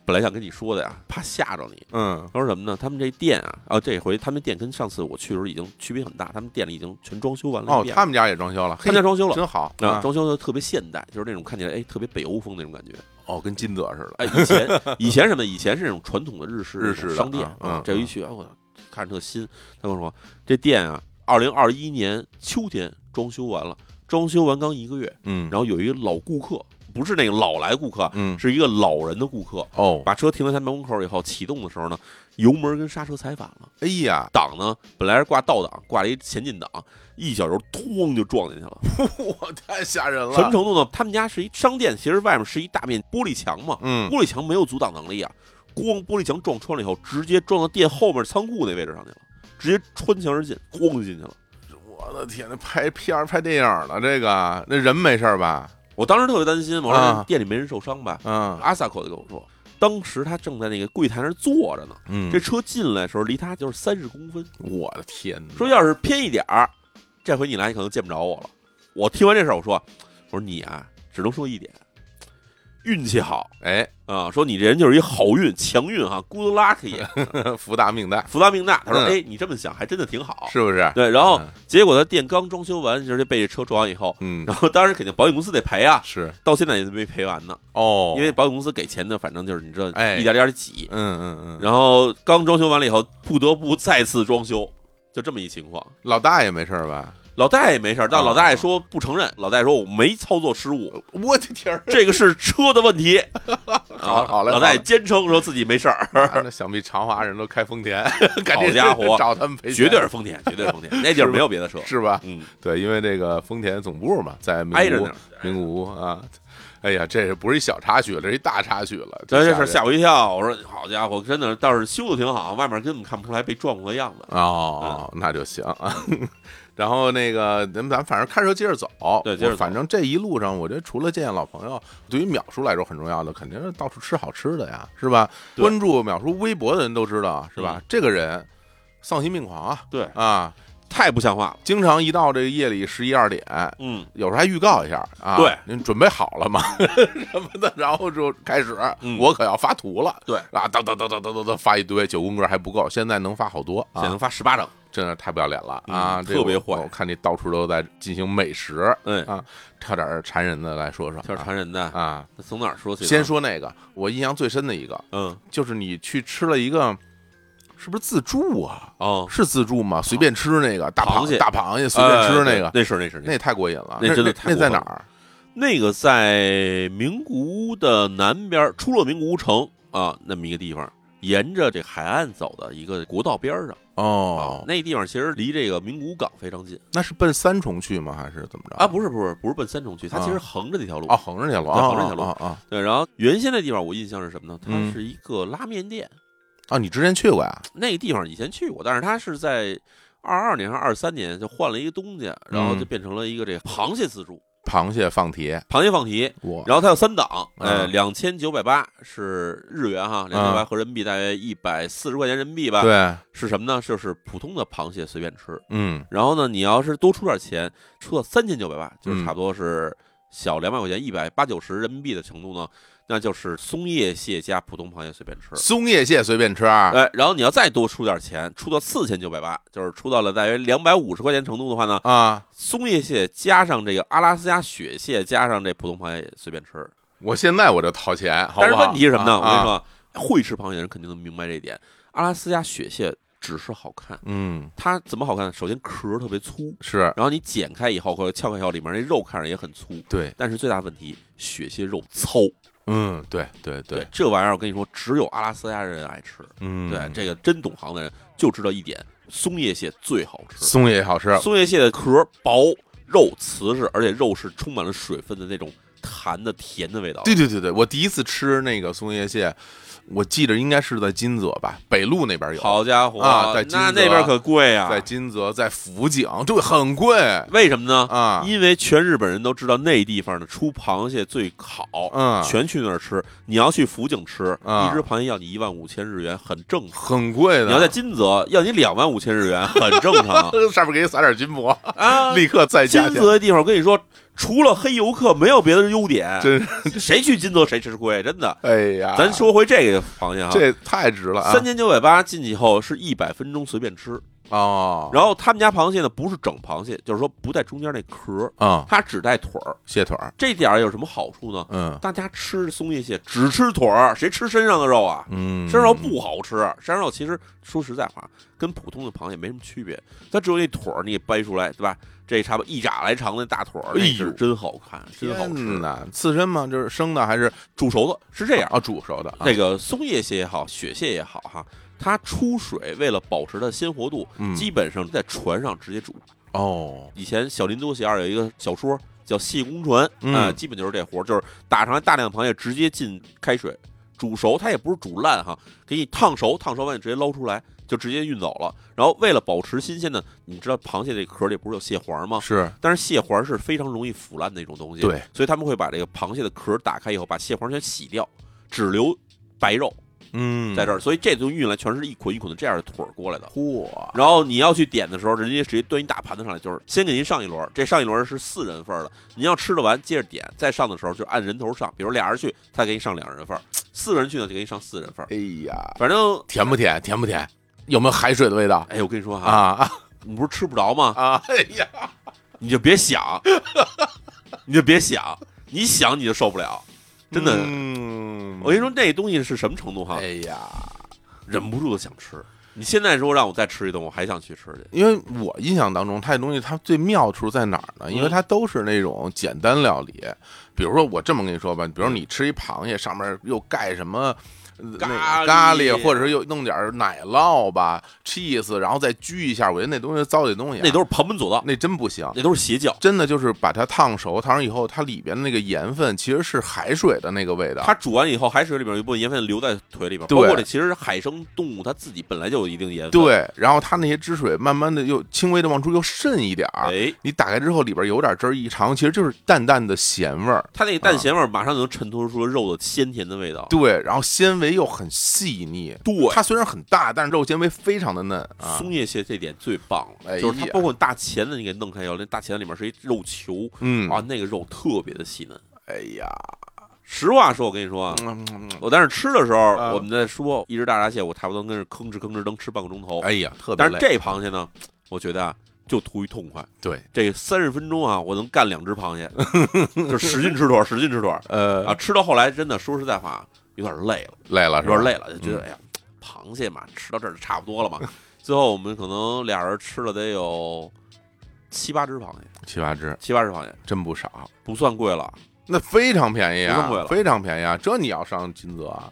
本来想跟你说的呀，怕吓着你。
嗯，
他说什么呢？他们这店啊，啊，这回他们店跟上次我去的时候已经区别很大，他们店里已经全装修完了一
哦，
遍了。
他们家也装修了，
他们家装修
嘿
了。
真好
啊，装修的特别现代，就是那种看起来哎特别北欧风那种感觉。
哦，跟金泽似的，
哎，以
<laughs>
前以前什么？以前是那种传统的日式
日式的
商店
嗯嗯
这回一去，哎我操看着特新。他跟我说，这店啊，二零二一年秋天装修完了，装修完刚一个月，
嗯
然后有一个老顾客，不是那个老来顾客，
嗯，
是一个老人的顾客，
哦，
把车停在他门口以后，启动的时候呢，油门跟刹车踩反了，
哎呀，
档呢本来是挂倒档，挂了一前进档，一脚油咣就撞进去了。
<laughs> 我太吓人
什么程度呢？他们家是一商店，其实外面是一大面玻璃墙嘛，
嗯，
玻璃墙没有阻挡能力啊，咣玻璃墙撞穿了以后，直接撞到店后面仓库那位置上去了，直接穿墙而进，咣就进去了。
我的天呐，拍片儿拍电影了，这个那人没事儿吧？
我当时特别担心，我说
啊
店里没人受伤吧？
嗯
阿萨口就跟我说，当时他正在那个柜台那儿坐着呢。
嗯
这车进来的时候离他就是三十公分，
我的天呐，
说要是偏一点儿，这回你来你可能见不着我了。我听完这事儿，我说，我说你啊，只能说一点，运气好
哎， <laughs>
啊。说你这人就是一好运，强运哈、g o o d luck
<laughs>
也，
福大命大，
福大命大。他说，
嗯
哎，你这么想还真的挺好。
是不是？
对，然后
嗯
结果他店刚装修完，就是被这车撞完以后，
嗯，
然后当然肯定保险公司得赔啊，
是
到现在也没赔完呢，
哦，
因为保险公司给钱的，反正就是你知道，
哎
一点点挤。
嗯嗯嗯，
然后刚装修完了以后，不得不再次装修，就这么一情况。
老大爷没事儿吧？
老大爷没事儿，但
啊
老大爷说不承认，老大爷说我没操作失
<laughs>
误，
我的天儿，
这个是车的问题。
<laughs> 好好嘞
啊老
好
大
嘞
爷坚称说自己没事
<laughs>
儿，
那想必长华人都开
<laughs>
丰田，赶紧
好家伙
找他们赔钱，
绝对是丰田，绝对是丰
<laughs>
田，那地儿没有别的车。
是吧？
嗯，
对，因为这个丰田总部嘛，在名
挨着
古
那儿
名古屋啊。哎呀，这不是一小插曲了，这是一大插曲了。
这这
吓
事儿
人
吓我一跳，我说好家伙，真的倒是修的挺好，外面根本看不出来被撞过的样子。
哦，
嗯
那就行 <laughs> 啊。然后那个，咱们咱们反正开车接着走，
对接着
我反正这一路上，我觉得除了见见老朋友，对于淼叔来说很重要的，肯定是到处吃好吃的呀，是吧？
对
关注淼叔微博的人都知道，是吧？
嗯
这个人丧心病狂啊
对，
啊！
太不像话了。
经常一到这个夜里十一二点，
嗯
有时候还预告一下啊，
对
您准备好了吗？ <laughs> 什么的，然后就开始，
嗯
我可要发图了，
对
啊，哒哒哒哒哒哒哒发一堆，九宫格还不够，现在能发好多，
现在
啊，
能发十八掌。
真的太不要脸了啊，
嗯
这个
特别
我
坏
我看你到处都在进行美食，
哎
啊，挑点馋人的来说说，
就是传人的，
啊啊，
那从哪儿说起？
先，说那个我印象最深的一个，
嗯，
就是你去吃了一个，是不是自助啊？
哦，
是自助吗？随便吃那个大
螃蟹
大螃蟹，随便吃那个
哎，对那是那是
那也太过瘾了，
那
那
真的
那
太
那
过
在
分
哪
了
儿？
那个在名古屋的南边，出了名古屋城啊，那么一个地方，沿着这海岸走的一个国道边上啊
哦，
那地方其实离这个名古屋港非常近
那是奔三重去吗？还是怎么着？
啊，不是不是不是奔三重去，它其实
啊
横着那条路
啊，。横着去了，
对
啊
横着去了
啊啊啊！
对，然后原先那地方我印象是什么呢？它
嗯
是一个拉面店，
啊，你之前去过呀？
那个地方以前去过，但是它是在二二年还是二三年就换了一个东家，然后就
嗯
变成了一个这个螃蟹自助，
螃蟹放题，
螃蟹放题。
我
然后它有三档，哎，
嗯
两千九百八是日元哈，两千八合人民币大约一百四十块钱人民币吧。，
啊对，
是什么呢？就是普通的螃蟹随便吃。
嗯
然后呢，你要是多出点钱，出到三千九百八，就是
嗯
差不多是小两百块钱，一百八九十人民币的程度呢，那就是松叶蟹加普通螃蟹随便吃。
松叶蟹随便吃，啊
哎，然后你要再多出点钱，出到四千九百八，就是出到了大约两百五十块钱程度的话呢，
啊，
松叶蟹加上这个阿拉斯加雪蟹加上这普通螃蟹随便吃。
我现在我就掏钱，好
但是
不好
问题是什么呢？我
啊
跟你
啊
说，会吃螃蟹的人肯定能明白这一点。阿拉斯加雪蟹只是好看，
嗯，
它怎么好看呢？首先壳儿特别粗，
是嗯
然后你剪开以后或者撬开以后，里面那肉看着也很粗。
对，
但是最大问题，雪蟹肉糙。
嗯，对对对，
这玩意儿我跟你说，只有阿拉斯加人爱吃。
嗯，
对，这个真懂行的人就知道一点，松叶蟹最好吃。
松叶也好吃，
松叶蟹的壳薄，肉瓷实，而且肉是充满了水分的那种弹的甜的味道。
对对对对，我第一次吃那个松叶蟹，我记得应该是在金泽吧，北路那边有，
好家伙，
啊在金
那
泽
那边可贵啊！
在金泽，在福井，对，很贵
为什么呢？
啊，
因为全日本人都知道那地方的出螃蟹最好，
嗯，
全去那儿吃。你要去福井吃，
啊
一只螃蟹要你一万五千日元，很正常。
很贵的。
你要在金泽，要你两万五千日
<laughs>
元，很正常
呃上面给你撒点金箔，
啊。
立刻再
金
加钱，
泽的地方，我跟你说，除了黑游客，没有别的优点。
真
<laughs>
是，
谁去金泽谁吃亏，真的。
哎呀，
咱说回这个螃蟹啊，
这太值了啊！
三千九百八进去以后是一百分钟随便吃，
哦，
然后他们家螃蟹呢不是整螃蟹，就是说不带中间那壳，
啊，
它只带腿儿。
蟹腿儿，
这点儿有什么好处呢？
嗯
大家吃松叶蟹只吃腿儿，谁吃身上的肉啊？
嗯，
身上肉不好吃，身上肉其实说实在话，跟普通的螃蟹没什么区别，它只有那腿儿你给掰出来，对吧？这差不多一拃来长的大腿儿，
哎呦
那是真好看，真好
天
吃。
呐，刺身吗？就是生的还是
煮熟的是这样，
啊？煮熟的啊，
那个松叶蟹也好，雪蟹也好，哈，它出水为了保持它的鲜活度，
嗯
基本上在船上直接煮。
哦，
以前小林多喜二有一个小说叫《蟹公船》，啊、
嗯
基本就是这活儿，就是打上来大量螃蟹直接进开水煮熟，它也不是煮烂哈，给你烫熟，烫熟完你直接捞出来，就直接运走了。然后为了保持新鲜呢，你知道螃蟹这壳里不是有蟹黄吗？
是
但是蟹黄是非常容易腐烂的一种东西，
对，
所以他们会把这个螃蟹的壳打开以后，把蟹黄全洗掉，只留白肉
嗯，
在这儿，所以这东西运来全是一捆一捆的这样的腿儿过来的。
嚯，
然后你要去点的时候，人家直接端一大盘子上来，就是先给您上一轮，这上一轮是四人份儿的，您要吃得完接着点，再上的时候就按人头上，比如俩人去，他给你上两人份儿，四个人去呢就给你上四人份儿，
哎呀，
反正。
甜不甜？甜不甜？有没有海水的味道
哎，我跟你说哈，
啊
你不是吃不着吗？
啊？哎呀，
你就别想， <laughs> 你就别想，你想你就受不了，真的。哎
嗯，
我跟你说，这东西是什么程度哈
哎？呀，
忍不住的想吃。你现在说让我再吃一顿，我还想去吃去。
因为我印象当中，它这东西它最妙处在哪儿呢？
嗯
因为它都是那种简单料理，比如说我这么跟你说吧，比
嗯
如你吃一螃蟹，上面又盖什么。呃那
咖
个咖
喱
喱，或者是又弄点儿奶酪吧，cheese，然后再焗一下，我觉得那东西糟践东西啊、
那都是旁门左道，
那真不行，
那都是邪教。
真的就是把它烫熟，烫熟以后，它里边的那个盐分其实是海水的那个味道，
它煮完以后，海水里边有一部分盐分留在腿里边，
对
包括这其实海生动物它自己本来就有一定盐分。，
对，然后它那些汁水慢慢的又轻微的往出又渗一点儿，
哎，
你打开之后里边有点汁儿，一尝其实就是淡淡的咸味儿，
它那个淡咸味儿马上就能衬托出肉的鲜甜的味道。
对，然后纤维又很细腻，
对
它虽然很大，但是肉纤维非常的嫩啊，
松叶蟹这点最棒了，
哎
就是它
呀
包括大钳子，你给弄开以后，那大钳子里面是一肉球
嗯，
啊，那个肉特别的细嫩。
哎呀，
实话说，我跟你说啊，
嗯嗯嗯
我当时吃的时候，
啊
我们在说一只大闸蟹，我差不多跟着吭哧吭哧能吃半个钟头。
哎呀，特别
但是
累，
这螃蟹呢，我觉得啊，就图于痛快。
对，
这三十分钟啊，我能干两只螃蟹，就使劲吃腿儿，使劲吃腿儿
呃
啊。，吃到后来，真的说实在话，有点累了，
累了
有
是吧？
点累了，就觉
嗯
得哎呀，螃蟹嘛，吃到这儿就差不多了嘛。最后我们可能俩人吃了得有七八只螃蟹，
七八只，
七八只螃蟹
真不少，
不算贵
<laughs>
了。
那非常便宜
不算贵
啊
了，
非常便宜啊，这你要上金泽啊，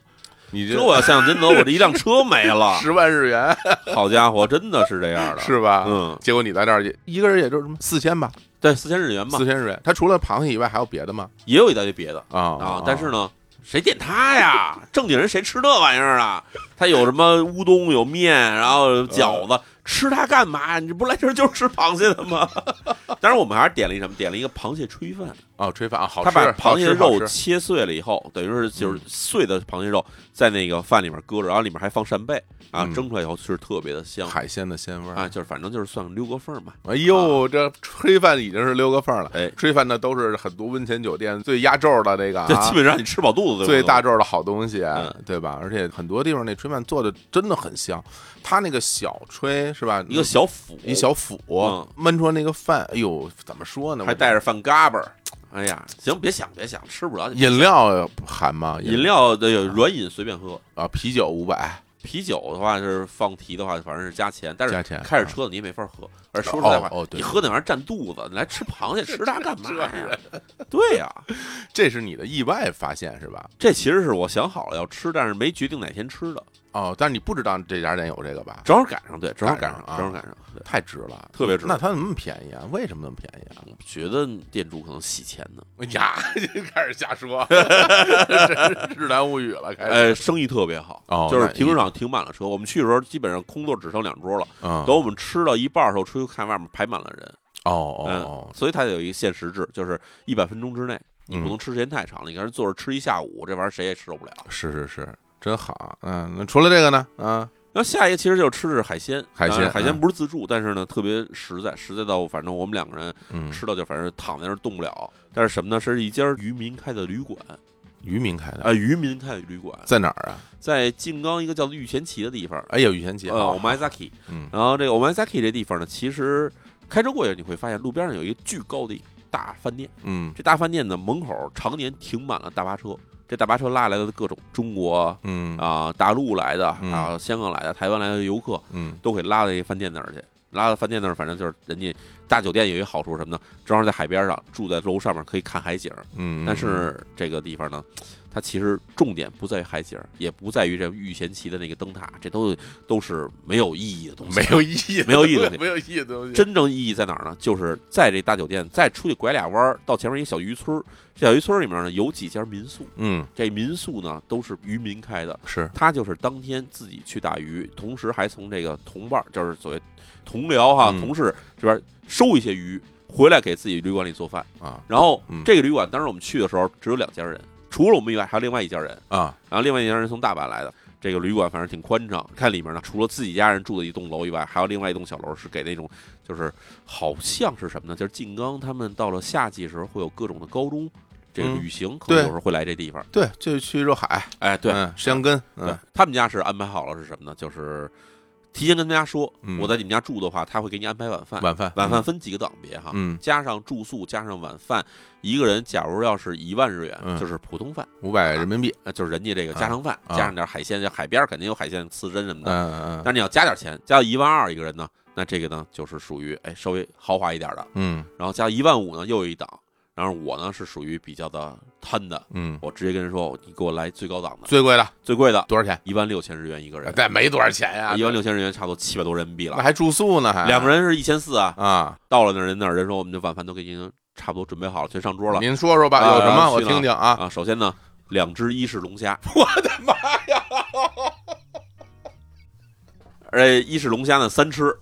你，
这我要向金泽，我这一辆车没了
十万日元
好家伙，真的是这样的，
是吧？。
啊嗯，
结果你在这儿也一个人也就什么四千吧，
对，四千日元吧
四，千日元。它除了螃蟹以外还有别的吗？
也有一大堆别的，
啊
啊，但是呢，谁点它呀？正经人谁吃那玩意儿啊？他有什么乌冬，有面，然
呃
后饺子，吃它干嘛？你不来这儿就吃螃蟹的吗？ <laughs> 当然，我们还是点了一什么？点了一个螃蟹炊饭。
哦，炊饭啊，好
他
吃，
把螃蟹
好吃嗯
肉
好吃
切碎了以后，等于是就是碎的螃蟹肉在那个饭里面搁着，然后里面还放扇贝啊，
嗯
蒸出来以后是特别的香
海鲜的鲜味儿
啊，。就是反正就是算溜个缝儿嘛。
哎
啊
呦，这炊饭已经是溜个缝儿了。
哎
炊饭呢都是很多温泉酒店最压轴的这个啊
这基本上你吃饱肚子，对
最
不对
大轴的好东西
嗯，
对吧？而且很多地方那炊饭做的真的很香，它那个小炊是吧？嗯
一个小釜，
一小釜
嗯
焖出来那个饭，哎呦，怎么说呢？
还
我
带着饭嘎巴儿。哎呀，行，别想别想，吃不着就
饮料含吗？
饮料的有软饮随便喝，
啊，啤酒五百
啤酒的话是放题的话，反正是加钱，但是
加钱啊
开着车子你也没法喝。而说实在话，
哦哦对
你喝那玩意儿占肚子，你来吃螃蟹吃它干嘛呀？对呀、
这是你的意外发现是吧？
这其实是我想好了要吃，但是没决定哪天吃的，
哦，但是你不知道这家店有这个吧？
正好赶上，对，正好赶上，
赶上啊
正好赶上，对，
太值了，
特别值
那它怎么那么便宜啊？为什么那么便宜啊？
我觉得店主可能洗钱呢，
呀， <laughs> 就开始
<laughs>
瞎说，真是日谈物语了，开始。
呃，生意特别好，
哦
就是
那
停车场停满了车，我们去的时候基本上空座只剩两桌了，
嗯，
等我们吃到一半的时候，出去看外面排满了人，
哦哦
嗯，
哦，嗯
所以它有一个限时制，就是一百分钟之内，你不能吃时间太长了，你看人坐着吃一下午，这玩意儿谁也受不了。
是是是，真好。嗯，那除了这个呢？啊，
然后下一个其实就是吃的是海鲜，
海鲜
呃海鲜
嗯
不是自助，但是呢特别实在，实在到反正我们两个人
嗯，
吃到就反正躺在那儿动不了。但是什么呢？是一家渔民开的旅馆，
渔民开的，
呃，渔民开的旅馆，
哎在哪儿啊？
在靖冈一个叫做御前旗的地方，
哎呀，羽泉街。
呃，我们 Zaki。
嗯
然后这个 Omazaki 这地方呢，其实开车过去你会发现路边上有一个巨高的一大饭店，
嗯
这大饭店的门口常年停满了大巴车，这大巴车拉来的各种中国
嗯
啊、大陆来的
嗯
啊、香港来的、台湾来的游客，
嗯
都给拉到这饭店那儿去。拉到饭店那儿，反正就是人家大酒店有一好处是什么呢？正好在海边上，住在楼上面可以看海景。
嗯，
但是这个地方呢，它其实重点不在于海景，也不在于这御前旗的那个灯塔，这都都是没有意义的东西。
没有意义，
没有意义的东西
<laughs> 没有意义的东西。
真正意义在哪儿呢？就是在这大酒店再出去拐俩弯儿，到前面一小渔村儿。这小渔村儿里面呢有几家民宿，
嗯，
这民宿呢都是渔民开的，
是
他就是当天自己去打鱼，同时还从这个同伴儿，就是所谓同僚哈、
嗯
同事这边收一些鱼回来给自己旅馆里做饭。
啊
然后
嗯
这个旅馆当时我们去的时候只有两家人，除了我们以外还有另外一家人。
啊，
然后另外一家人从大阪来的。这个旅馆反正挺宽敞，看里面呢，除了自己家人住的一栋楼以外，还有另外一栋小楼是给那种，就是好像是什么呢？就是静冈他们到了夏季时候会有各种的高中这个
嗯
旅行，可能
对
有时候会来这地方。
对，就去热海，
哎，对，
嗯香根，
对
嗯，
他们家是安排好了是什么呢？就是提前跟大家说，
嗯
我在你们家住的话，他会给你安排晚饭，
晚饭，
晚饭分几个档别哈，
嗯，
加上住宿，加上晚饭，一个人假如要是一万日元，
嗯
就是普通饭。
五百人民币，
那呃就是人家这个家常饭，
啊啊
加上点海鲜，这海边儿肯定有海鲜刺身什么的。
嗯嗯
啊但是你要加点钱，加到一万二一个人呢，那这个呢就是属于哎稍微豪华一点的。
嗯
然后加一万五呢又有一档，然后我呢是属于比较的贪的，
嗯，
我直接跟人说你给我来最高档的，
最贵的
最贵的
多少钱？
一万六千日元一个人，
啊
啊
但没多哎少钱呀，
一万六千日元差不多七百多人民币
那
了，
还住宿呢，还
两个人是一千四啊。
啊。
到了那儿人那儿人说我们的晚饭都给您差不多准备好了，全上桌了
您说说吧，
啊
有什么
啊
我
去了
听听啊？
啊。首先呢，两只伊式龙虾，
<laughs> 我的妈呀！
而且伊式龙虾呢三吃，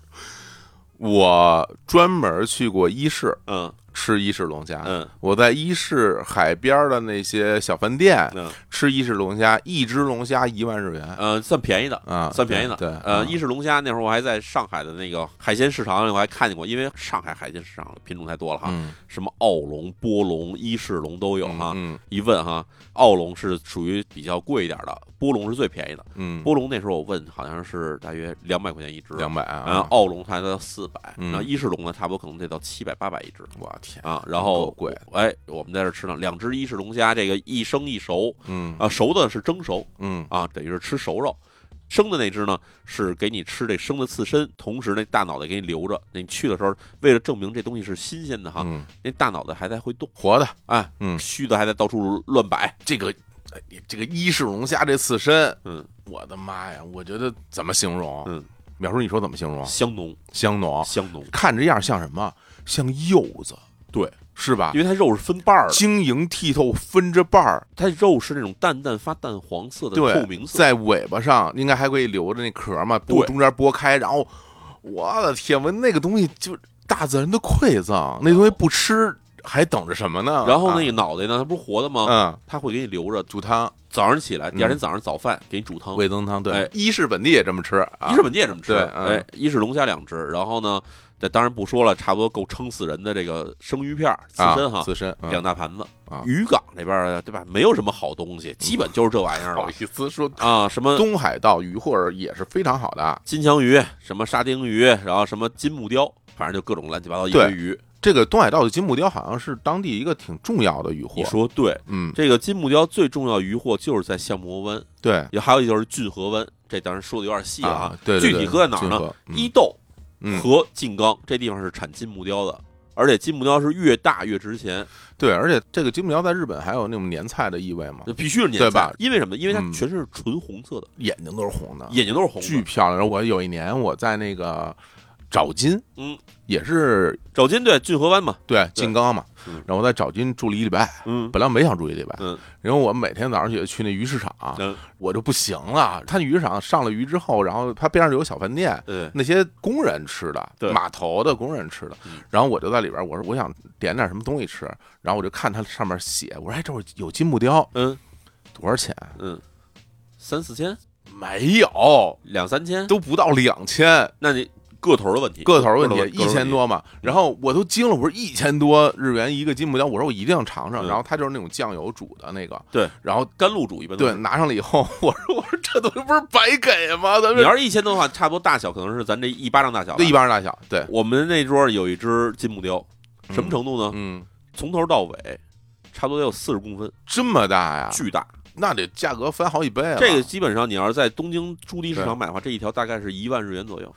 我专门去过伊势
嗯
吃伊势龙虾，
嗯
我在伊势海边的那些小饭店
嗯。
吃伊势龙虾，一只龙虾一万日元
呃，算便宜的，
啊，
算便宜的。
对，
呃，
嗯
伊势龙虾那会儿我还在上海的那个海鲜市场里，我还看见过，因为上海海鲜市场品种太多了哈，
嗯
什么澳龙、波龙、伊势龙都有啊哈。
嗯
一问哈，澳龙是属于比较贵一点的，波龙是最便宜的。
嗯，
波龙那时候我问，好像是大约两百块钱一只，
两百
然后
啊，
澳龙才到四百，
嗯
然后伊势龙呢，差不多可能得到七百八百一只
我天，
啊。然
够
后
贵，
哎，我们在这吃呢，两只伊势龙虾，这个一生一熟
嗯
啊，熟的是蒸熟，
嗯
啊，等于是吃熟肉。生的那只呢，是给你吃这生的刺身，同时那大脑袋给你留着。你去的时候，为了证明这东西是新鲜的哈，
嗯，
那大脑袋还在会动，
活的
哎，
嗯
虚的还在到处乱摆，
这个哎这个伊势龙虾这刺身，
嗯，
我的妈呀，我觉得怎么形容？
嗯，
淼叔，你说怎么形容？
香浓
香浓，
香浓，
看这样像什么？像柚子，
对，
是吧
因？为它肉是分瓣儿的，
晶莹剔透，分着瓣儿，
它肉是那种淡淡发淡黄色的
对，
透明色，
在尾巴上应该还可以留着那壳嘛，不
对
中间剥开，然后我的天，我那个东西就大自然的馈赠，那东西不吃还等着什么呢？
然后那个脑袋呢，它不是活的吗？
啊嗯，
它会给你留着，
煮汤、
早上起来，第二天
嗯
早上早饭给你煮汤。
味增汤，对
哎，
伊势本地也这么吃啊
伊势。本地也这么吃，
对嗯
哎，伊势龙虾两只，然后呢，这当然不说了，差不多够撑死人的这个生鱼片儿刺
啊
身哈，
刺身，嗯
两大盘子
啊。
渔港那边儿对吧，没有什么好东西，基本就是这玩意儿
不好
了
意思说，
啊，什么
东海道鱼货也是非常好的。啊
金枪鱼，什么沙丁鱼，然后什么金目鲷，反正就各种乱七八糟一堆
对
鱼。
这个东海道的金木雕好像是当地一个挺重要的渔
你
获，
说对，
嗯，
这个金木雕最重要渔获就是在相模湾，
对，
也还有就是郡河湾，这当然说的有点细了
啊，对，
具体搁在哪儿呢？伊豆
嗯，
和静冈这地方是产金木雕的，而且金木雕是越大越值钱，
对，而且这个金木雕在日本还有那种年菜的意味嘛，
就必须是年
啊对
菜
吧
因为什么？因为它
嗯
全是纯红色的，
眼睛都是红的，
眼睛都是红的。
巨漂亮。然后我有一年我在那个找金，
嗯，
也是
找金对郡河湾嘛，
对金刚嘛
嗯，
然后我在找金住了一礼拜，
嗯
本来没想住一礼拜，
嗯
因为我每天早上去去那鱼市场，
嗯，
我就不行了。他那鱼市场上了鱼之后，然后他边上有小饭店，
对，
那些工人吃
对
的，码头的工人吃的
嗯。
然后我就在里边，我说我想点点什么东西吃，然后我就看它上面写，我说哎，这会儿有金木雕，
嗯
多少钱？
嗯，三四千，
没有，
两三千，
都不到两千，
那你个头的问题，
个头问
个
题一千，多
嗯
嘛。然后我都惊了，我说一千多日元一个金木雕，我说我一定要尝
嗯
尝。然后它就是那种酱油煮的那个，
对，
然后。
甘露煮一般都
对，
是。
拿上了以后，我说我说这东西不是白
<laughs>
给啊吗？咱
你
们
要是一千多的话，差不多大小可能是咱这一巴掌大小吧。
这一般人大小，对，
我们那桌有一只金木雕，什么程度呢？
嗯，
从头到尾，差不多得有四十公分，
这么大呀，
巨大。
那得价格翻好几倍了。
这个基本上你要是在东京朱迪市场买的话，这一条大概是一万日元左右。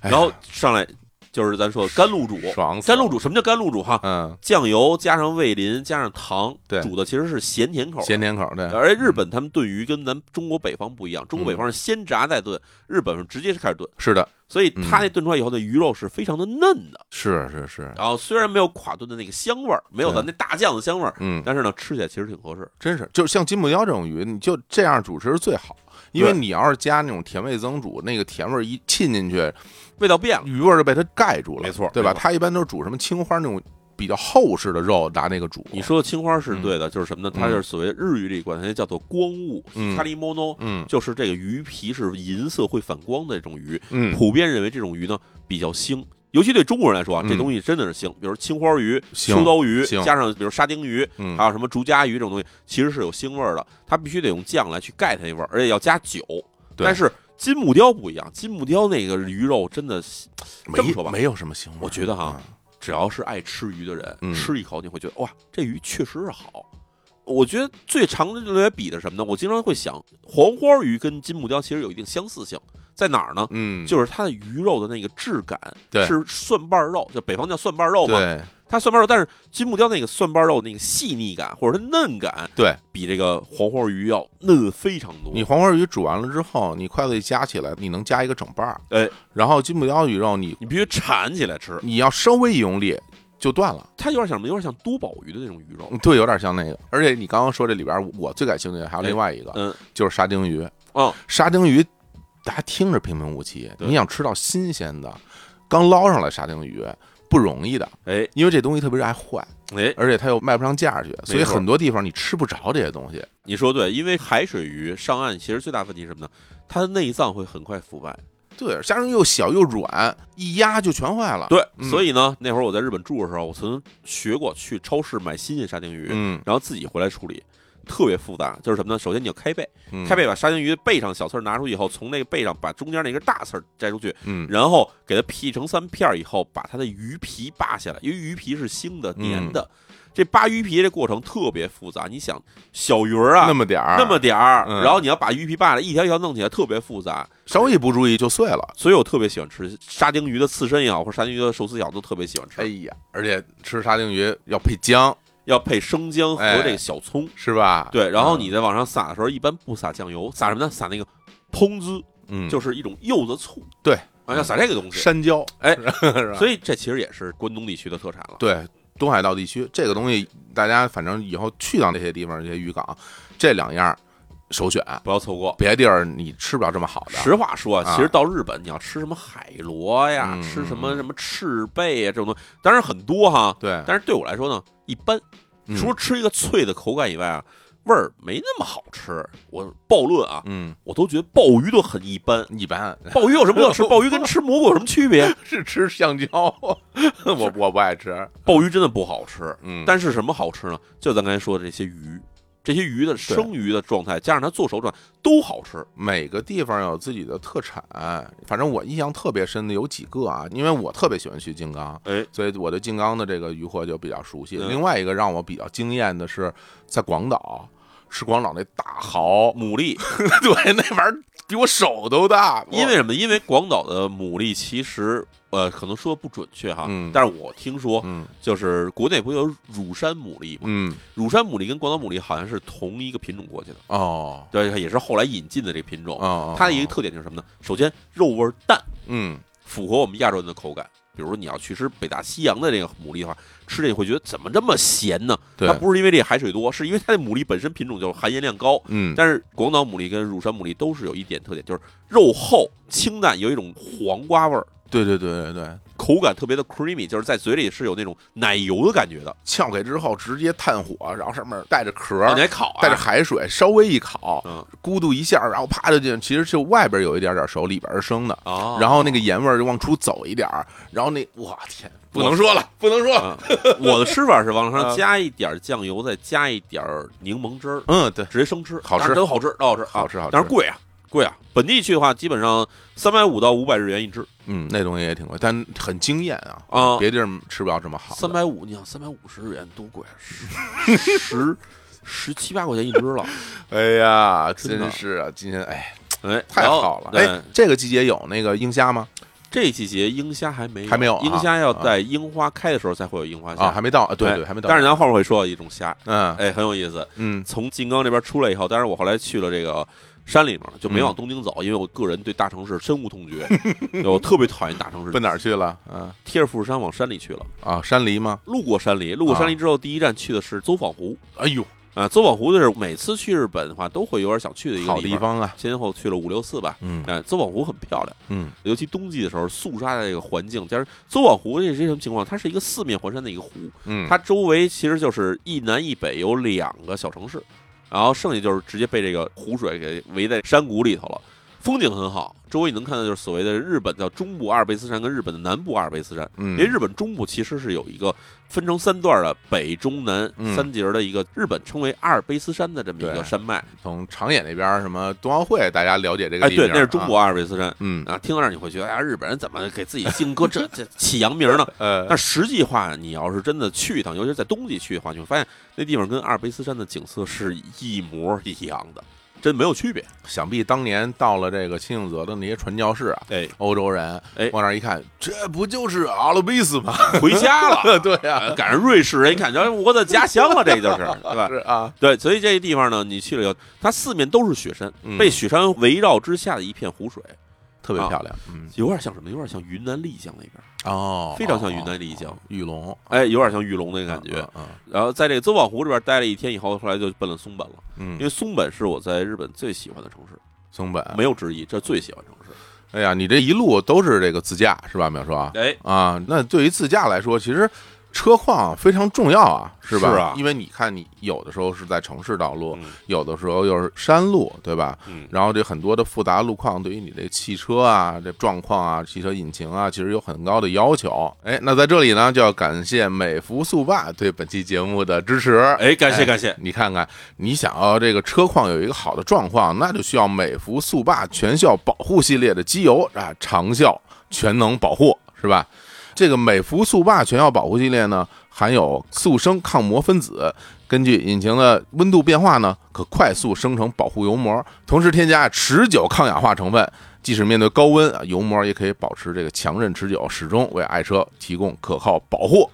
哎呀，
然后上来就是咱说的甘露煮，
爽死
甘
了
露煮什么叫甘露煮哈？
嗯，
酱油加上味淋加上糖，
对
煮的其实是咸甜口的。呃
咸甜嗯口对，
而日本他们炖鱼跟咱中国北方不一样，中国北方是先炸再炖，日本是直接开始炖，
是的，
所以
嗯
它那炖出来以后的鱼肉是非常的嫩的。
是是是，
然后虽然没有垮炖的那个香味儿，没有咱那大酱的香味儿，
嗯，
但是呢，吃起来其实挺合适。
真是，就是像金目雕这种鱼，你就这样煮吃是最好，因为
对
你要是加那种甜味增煮，那个甜味一沁进去，
味道变了，
鱼味儿就被它盖住了，
没错
对吧？
没错
它一般都是煮什么青花那种比较厚实的肉拿那个煮，
你，说的青花
嗯
是对的，就是什么呢？它就是所谓日语里管它叫做光物
嗯
h i k a r i mono），
嗯
就是这个鱼皮是银色会反光的这种鱼。
嗯，
普遍认为这种鱼呢比较腥，尤其对中国人来说啊，
嗯
这东西真的是腥。比如青花鱼、
腥
秋刀鱼，
腥
加上比如沙丁鱼，
嗯
还有什么竹夹鱼这种东西，其实是有腥味儿的。它必须得用酱来去盖它那味儿，而且要加酒。
对
但是金木雕不一样，金木雕那个鱼肉真的，这么说吧
没没有什么腥味儿，
我觉得哈
嗯，
只要是爱吃鱼的人，
嗯
吃一口你会觉得哇，这鱼确实是好。我觉得最常来比的什么呢？我经常会想，黄花鱼跟金木雕其实有一定相似性，在哪儿呢？
嗯，
就是它的鱼肉的那个质感
对
是蒜瓣肉，就北方叫蒜瓣肉嘛，
对
它蒜瓣肉，但是金木雕那个蒜瓣肉那个细腻感或者是嫩感，
对，
比这个黄花鱼要嫩非常多。
你黄花鱼煮完了之后，你筷子一夹起来，你能夹一个整瓣儿，
哎，
然后金目雕鱼肉你
你必须铲起来吃，
你要稍微一用力就断了。
它有点像什么？有点像多宝鱼的那种鱼肉。
对，有点像那个。而且你刚刚说这里边儿，我最感兴趣的还有另外一个，
嗯，
就是沙丁鱼。
哦，
沙丁鱼，大家听着平平无奇，
对
你想吃到新鲜的，刚捞上来沙丁鱼不容易的，
哎
因为这东西特别是爱坏，
哎，
而且它又卖不上价去，所以
没错
很多地方你吃不着这些东西。
你说对，因为海水鱼上岸其实最大问题是什么呢？它的内脏会很快腐败。
对，沙丁鱼又小又软，一压就全坏了。，
对，
嗯
所以呢，那会儿我在日本住的时候，我曾学过去超市买新鲜沙丁鱼，
嗯，
然后自己回来处理，特别复杂。就是什么呢？首先你要开背。
嗯
开，背把沙丁鱼的背上小刺儿拿出以后，从那个背上把中间那根大刺儿摘出去，
嗯，
然后给它劈成三片儿以后，把它的鱼皮扒下来，因为鱼皮是腥的、
嗯
黏的。这扒鱼皮这过程特别复杂，你想小鱼儿啊，
那么点儿，
那么点儿，
嗯
然后你要把鱼皮扒下来，一条一条弄起来，特别复杂。
稍微一不注意就碎了。
所以我特别喜欢吃沙丁鱼的刺身也好，或者沙丁鱼的寿司也好，都特别喜欢吃。
哎呀，而且吃沙丁鱼要配姜，
要配生姜和
哎
这个小葱，
是吧？
对。然后
嗯
你在往上撒的时候，一般不撒酱油，撒什么呢？撒那个烹汁，
嗯，
就是一种柚子醋。
对
啊，要撒这个东西。
山椒，
哎
<laughs> 是吧？
所以这其实也是关东地区的特产了。
对，东海道地区这个东西，大家反正以后去到这些地方、这些渔港，这两样儿首选，
不要错过。
别地儿你吃不了这么好的。
实话说啊，
啊
其实到日本你要吃什么海螺呀，
嗯
吃什么什么赤贝呀这种东西，当然很多哈。
对，
但是对我来说呢，一般，
嗯
除了吃一个脆的口感以外啊，味儿没那么好吃。我暴论啊，
嗯，
我都觉得鲍鱼都很一般。
一般 <laughs>
鲍鱼有什么可 <laughs> 吃？鲍鱼跟吃蘑菇有什么区别？ <laughs>
是吃香蕉， <laughs> 我我不爱吃。
鲍鱼真的不好吃。
嗯，
但是什么好吃呢？就咱刚才说的这些鱼，这些鱼的生鱼的状态，加上它做熟状态都好吃。
每个地方有自己的特产，反正我印象特别深的有几个啊，因为我特别喜欢去静冈，
哎，
所以我对静冈的这个鱼货就比较熟悉。
嗯，
另外一个让我比较惊艳的是，在广岛吃广岛那大蚝
哦牡 <laughs> 蛎，
<laughs> 对，那玩意儿比我手都大，我
因为什么？因为广岛的牡蛎其实呃，可能说的不准确哈，
嗯
但是我听说
嗯
就是国内不有乳山牡蛎吗？
嗯
乳山牡�蛎跟广岛牡蛎好像是同一个品种过去的，
哦
对，也是后来引进的这个品种。
哦，
它的一个特点就是什么呢？首先肉味儿淡，
嗯
符合我们亚洲人的口感。比如说你要去吃北大西洋的这个牡蛎的话，吃这你会觉得怎么这么咸呢？
对
它不是因为这海水多，是因为它的牡蛎本身品种就含盐量高。
嗯
但是广岛牡蛎跟乳山牡蛎都是有一点特点，就是肉厚清淡，有一种黄瓜味儿，
对对对对对，
口感特别的 creamy，就是在嘴里是有那种奶油的感觉的。
撬开之后直接炭火，然后上面带着壳
啊
儿
你。还烤啊？
带着海水稍微一烤
嗯，
咕嘟一下，然后啪就进。其实就外边有一点点熟，里边是生的。
啊，
然后那个盐味儿就往出走一点儿，然后那我天，不能说了，不能说了。
啊 <laughs> 我的吃法是往上
啊
加一点酱油，再加一点柠檬汁儿，
嗯，对，
直接生吃，
好吃
但是都好吃，都好吃，
好吃
啊
好吃
但是贵啊，贵啊！本地去的话，基本上三百五到五百日元一只
嗯，那东西也挺贵，但很惊艳啊，
啊，
别地儿吃不了这么好的。
三百五，你想三百五十日元多贵啊，十 <laughs> 十十七八块钱一只
<laughs>
了，
哎呀，
真的
真是啊，今天哎
哎，
太
然后
好了。
对
哎，，这个季节有那个鹰虾吗？
这季节樱虾还没
还没有啊
樱虾要在樱花开的时候才会有樱花虾
啊，还没到，对
哎
对，还没到。
但是咱后面会说到一种虾，
嗯
哎，很有意思。
嗯
从静冈这边出来以后，但是我后来去了这个山里面，就没往
嗯
东京走，因为我个人对大城市深恶痛绝，对我特别讨厌大城
<laughs>
市。
奔哪儿去了？嗯
贴着富士山往山里去了，
啊，山梨吗？
路过山里，路过
啊
山里之后，第一站去的是邹访湖
哎呦，
啊。邹访湖就是每次去日本的话，都会有点想去的一个
好地，方啊。
先后去了五六次吧。
嗯
哎，邹访湖很漂亮，
嗯
尤其冬季的时候，肃杀的这个环境，加上邹访湖这是一什么情况？它是一个四面环山的一个湖，
嗯，
它周围其实就是一南一北有两个小城市，然后剩下就是直接被这个湖水给围在山谷里头了。风景很好，周围你能看到就是所谓的日本叫中部阿尔卑斯山跟日本的南部阿尔卑斯山，
嗯
因为日本中部其实是有一个分成三段的北中南
嗯
三节儿的一个日本称为阿尔卑斯山的这么一个
对
山脉。
从长野那边儿什么冬奥会，大家了解这个
哎，
地名
对，
儿
那是中国
啊。
阿尔卑斯山
嗯
啊。听到这儿你会觉得，哎呀，日本人怎么给自己姓搁这这起洋名呢？
呃
但实际话，你要是真的去一趟，尤其是在冬季去的话，你会发现那地方跟阿尔卑斯山的景色是一模一样的，真没有区别。
想必当年到了这个清影泽的那些传教士啊，
哎，
欧洲人，
哎
往那儿一看，这不就是阿拉比
<laughs>
斯吗？
回家了，
<laughs> 对啊
呃
呀、
赶上瑞士人，一看，这我的家乡了，这就是，对吧 <laughs>
是？啊，
对，所以这个地方呢，你去了以后，它四面都是雪山，
嗯
被雪山围绕之下的一片湖水，
特别
啊
漂亮，嗯，
有点像什么？有点像云南丽江那边，
哦，
非常像
哦
云南丽江，
玉龙
哎，有点像玉龙那个感觉。，
嗯
然后在这个邹访湖这边待了一天以后，后来就奔了松本了，
嗯
因
嗯，
为松本是我在日本最喜欢的城市。
松本，
没有之一，这是最喜欢城市。
哎呀，你这一路都是这个自驾是吧，淼叔啊？
哎，
啊，那对于自驾来说，其实车况非常重要啊，是吧？
是啊
因为你看，你有的时候是在城市道路，
嗯
有的时候又是山路，对吧？
嗯，
然后这很多的复杂路况对于你这汽车啊、这状况啊、汽车引擎啊，其实有很高的要求。哎，那在这里呢，就要感谢美孚速霸对本期节目的支持。
哎，感谢感谢，
你看看，你想要这个车况有一个好的状况，那就需要美孚速霸全效保护系列的机油啊，长效全能保护，是吧？这个美孚速霸全效保护系列呢，含有速生抗磨分子，根据引擎的温度变化呢，可快速生成保护油膜，同时添加持久抗氧化成分，即使面对高温，啊油膜也可以保持这个强韧持久，始终为爱车提供可靠保护。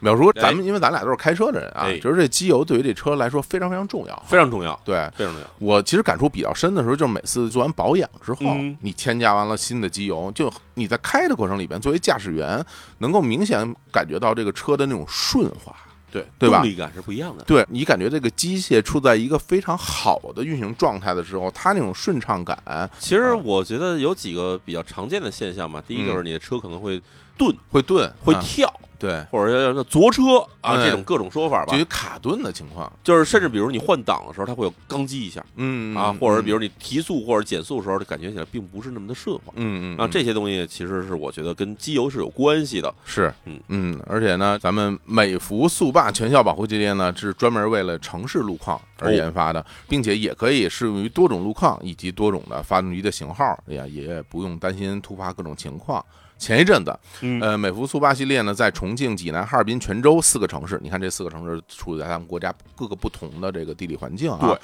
淼叔，咱们因为咱俩都是开车的人啊，
哎
就是这机油对于这车来说非常非常重要。啊
非常重要，
对
非常重要。
我其实感触比较深的时候，就是每次做完保养之后，
嗯
你添加完了新的机油，就你在开的过程里边，作为驾驶员能够明显感觉到这个车的那种顺滑，
对
对吧嗯
动力感是不一样的。
对你感觉这个机械处在一个非常好的运行状态的时候，它那种顺畅感
其实我觉得有几个比较常见的现象嘛，第一个就是你的车可能会顿、
会顿
会
嗯啊
跳，
对，
或者叫左车啊
嗯
这种各种说法吧
就。有卡顿的情况，
就是甚至比如你换挡的时候，它会有刚击一下
嗯
啊，或者比如你提速或者减速的时候，感觉起来并不是那么的顺滑。
嗯嗯
啊，这些东西其实是我觉得跟机油是有关系的。
是，
嗯
嗯，而且呢，咱们美孚速霸全效保护系列呢，是专门为了城市路况而研发的，并且也可以适用于多种路况以及多种的发动机的型号，哎呀，也不用担心突发各种情况。前一阵子，
嗯
呃，美孚速八系列呢，在重庆、济南、哈尔滨、泉州四个城市，你看这四个城市处在他们国家各个不同的这个地理环境啊，
对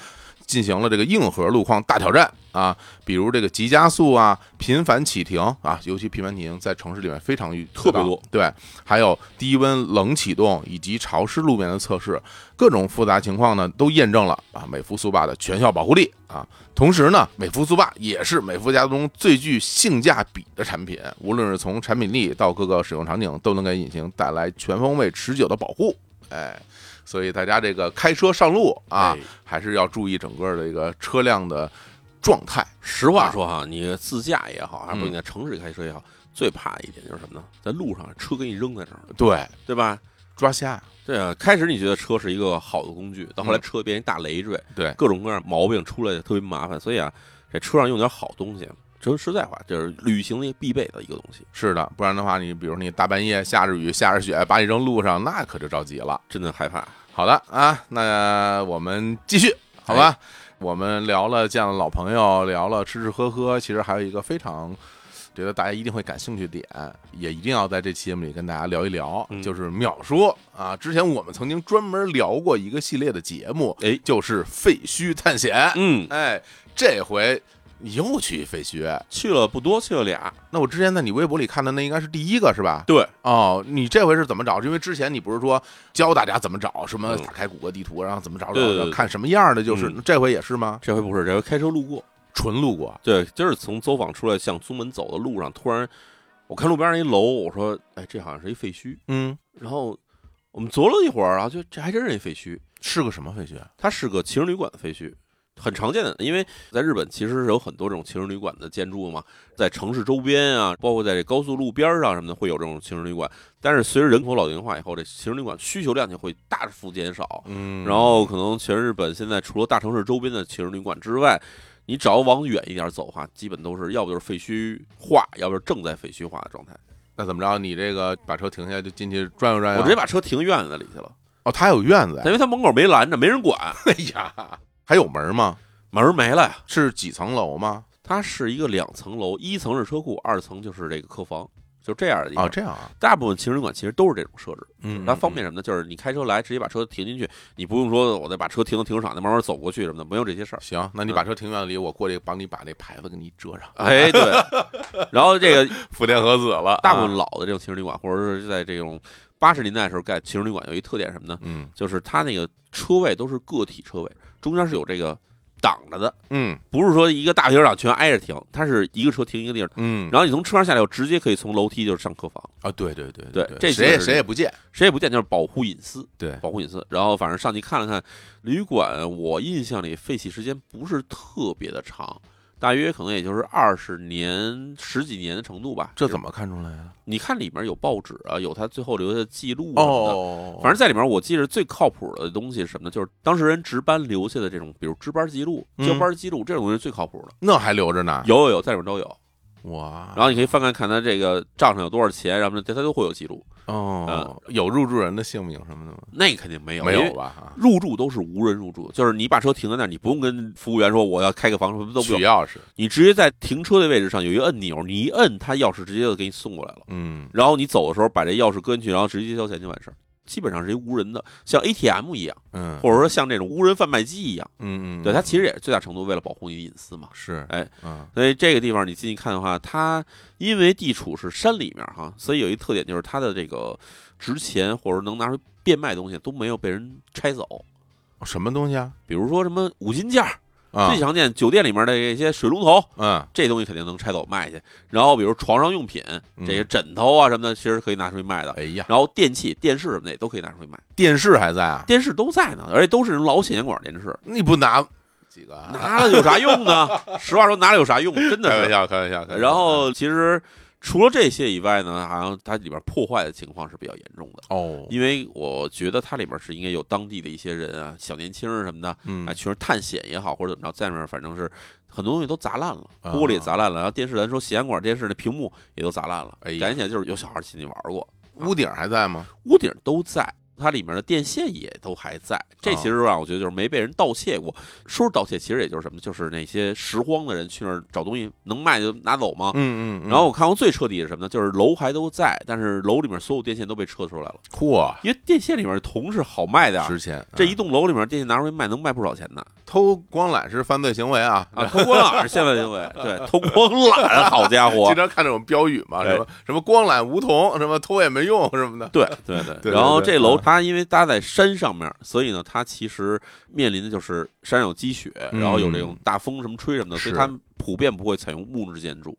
进行了这个硬核路况大挑战啊，比如这个急加速啊、频繁启停啊，尤其频繁启停在城市里面非常遇
特别多，
对，还有低温冷启动以及潮湿路面的测试，各种复杂情况呢都验证了啊美孚速霸的全效保护力啊。同时呢，美孚速霸也是美孚家中最具性价比的产品，无论是从产品力到各个使用场景，都能给引擎带来全方位持久的保护。哎，所以大家这个开车上路啊
哎，
还是要注意整个这个车辆的状态。
实话说哈，你自驾也好，还不是你在城市里开车也好，最怕一点就是什么呢？在路上车给你扔在这儿，
对，
对吧？
抓瞎。
对啊，开始你觉得车是一个好的工具，到后来车变成一大累赘，
对，
各种各样毛病出来特别麻烦，所以啊，这车上用点好东西，说实在话，就是旅行的必备的一个东西，
是的，不然的话，你比如你大半夜下着雨、下着雪，把你扔路上，那可就着急了。
真的害怕。
好的啊，那我们继续，好吧？我们聊了见了老朋友，聊了吃吃喝喝，其实还有一个非常觉得大家一定会感兴趣的点，也一定要在这期节目里跟大家聊一聊，
嗯
就是秒说啊。之前我们曾经专门聊过一个系列的节目，
哎
就是废墟探险。
嗯，
哎，这回又去废墟，
去了不多，去了俩，
那我之前在你微博里看的那应该是第一个是吧？
对，
哦，你这回是怎么找？因为之前你不是说教大家怎么找，什么
嗯
打开谷歌地图，然后怎么找
对对
找，
对
看什么样的，就是
嗯
这回也是吗？
这回不是，这回开车路过，
纯路过，
对，就是从走访出来向宗门走的路上，突然我看路边上一楼，我说，哎，这好像是一废墟，
嗯，
然后我们琢了一会儿，然后就这还真是一废墟，
是个什么废墟？
它是个情人旅馆的废墟，很常见的。因为在日本其实是有很多这种情人旅馆的建筑嘛，在城市周边啊，包括在这高速路边上什么的，会有这种情人旅馆。但是随着人口老龄化以后，这情人旅馆需求量就会大幅减少。
嗯
然后可能全日本现在除了大城市周边的情人旅馆之外，你只要往远一点走的话，基本都是要不就是废墟化，要不就是正在废墟化的状态。
那怎么着？你这个把车停下就进去转悠转悠？
我
啊
直接把车停院子里去了，
哦，他有院子呀
因为他门口没拦着，没人管，
<laughs> 哎呀，还有门吗？
门儿没了呀。
是几层楼吗？
它是一个两层楼，一层是车库，二层就是这个客房，就这样的地
哦，
方。
这样啊，
大部分情人馆其实都是这种设置，
嗯，
嗯它方便什么呢？就是你开车来，直接把车停进去，你不用说我再把车停到停车场，再慢慢走过去什么的，没有这些事儿
嗯。行，那你把车停院子里，我过去帮你把那牌子给你遮上，
哎，对。 <laughs> 然后这个
<laughs> 福田和子了啊
大部分老的这种情人旅馆，或者是在这种八十年代的时候盖情人旅馆，有一特点什么呢？
嗯
就是它那个车位都是个体车位，中间是有这个挡着的，
嗯
不是说一个大停车场全挨着停，它是一个车停一个地儿。
嗯，
然后你从车上下来以后，直接可以从楼梯就是上客房。
啊，对对对
对
对，
这
谁也
就是
谁也不见，
谁也不见，就是保护隐私，
对
保护隐私。然后反正上去看了看，旅馆我印象里废弃时间不是特别的长，大约可能也就是二十年、十几年的程度吧。
这怎
么？
么看出来啊？
你看里面有报纸啊，有他最后留下的记录啊什么的。
哦，
反正在里面，我记得最靠谱的东西是什么呢？就是当事人值班留下的这种，比如值班记录、
嗯啊
交班记录这种东西是最靠谱的。
那还留着呢，
有有有，在里面都有。
哇，
然后你可以翻看看他这个账上有多少钱，然后这他都会有记录。
哦，有入住人的姓名什么的吗？
那个肯定呃没有，
没
因为
有吧？啊，
入住都是无人入住，就是你把车停在那儿，你不用跟服务员说我要开个房什么都不
取
用，
钥匙，
你直接在停车的位置上有一个按钮，你一摁，他钥匙直接就给你送过来了。
嗯，
然后你走的时候把这钥匙搁进去，然后直接交钱就完事儿。基本上是一无人的，像 ATM 一样，
嗯，
或者说像这种无人贩卖机一样。
嗯嗯，
对，它其实也是最大程度为了保护你的隐私嘛。
是，
哎，
嗯
所以这个地方你进去看的话，它因为地处是山里面哈，所以有一特点就是它的这个值钱或者能拿出变卖的东西都没有被人拆走，
什么东西啊？
比如说什么五金件儿。
啊
最，常见酒店里面的一些水龙头，
嗯
这东西肯定能拆走卖去。然后比如床上用品，
嗯
这些枕头啊什么的，其实可以拿出去卖的。
哎呀，
然后电器、电视什么的也都可以拿出去卖，
电视还在啊？
电视都在呢，而且都是那种老显像管电视，
你不拿几个啊？哎
拿了有啥用
<laughs>
呢？实话说，拿了有啥用？真
开玩
的
笑，开玩笑。开
是。
玩笑
然后其实除了这些以外呢，好像它里边破坏的情况是比较严重的，
哦，
因为我觉得它里面是应该有当地的一些人啊，小年轻儿什么的，
嗯
啊，，全是探险也好，或者怎么着，在那儿反正是很多东西都砸烂了，
啊
玻璃也砸烂了，然后电视咱说显像管电视的屏幕也都砸烂了
哎呀，
感觉起来就是有小孩进去玩过，啊
屋顶还在吗？
屋顶都在，它里面的电线也都还在，
啊
这其实让我觉得就是没被人盗窃过。说是盗窃，其实也就是什么，就是那些拾荒的人去那儿找东西，能卖就拿走吗？
嗯嗯，
然后我看过最彻底的是什么呢？就是楼还都在，但是楼里面所有电线都被撤出来了，
嚯，
因为电线里面铜是好卖的呀。啊
值钱，啊
这一栋楼里面电线拿出去卖，能卖不少钱
<laughs>
呢。
偷光缆是犯罪行为啊！
啊，偷光缆是现在行为，对，偷
<laughs>
光缆，好家伙
经，常看这种标语
哎
嘛，什么什么光缆无铜，什么偷也没用什么的。
对对
<laughs> 对
对。然后
对对
这楼
嗯
它因为搭在山上面，所以呢，它其实面临的就是山上有积雪，
嗯
然后有这种大风什么吹什么的，所以
是
它普遍不会采用木质建筑，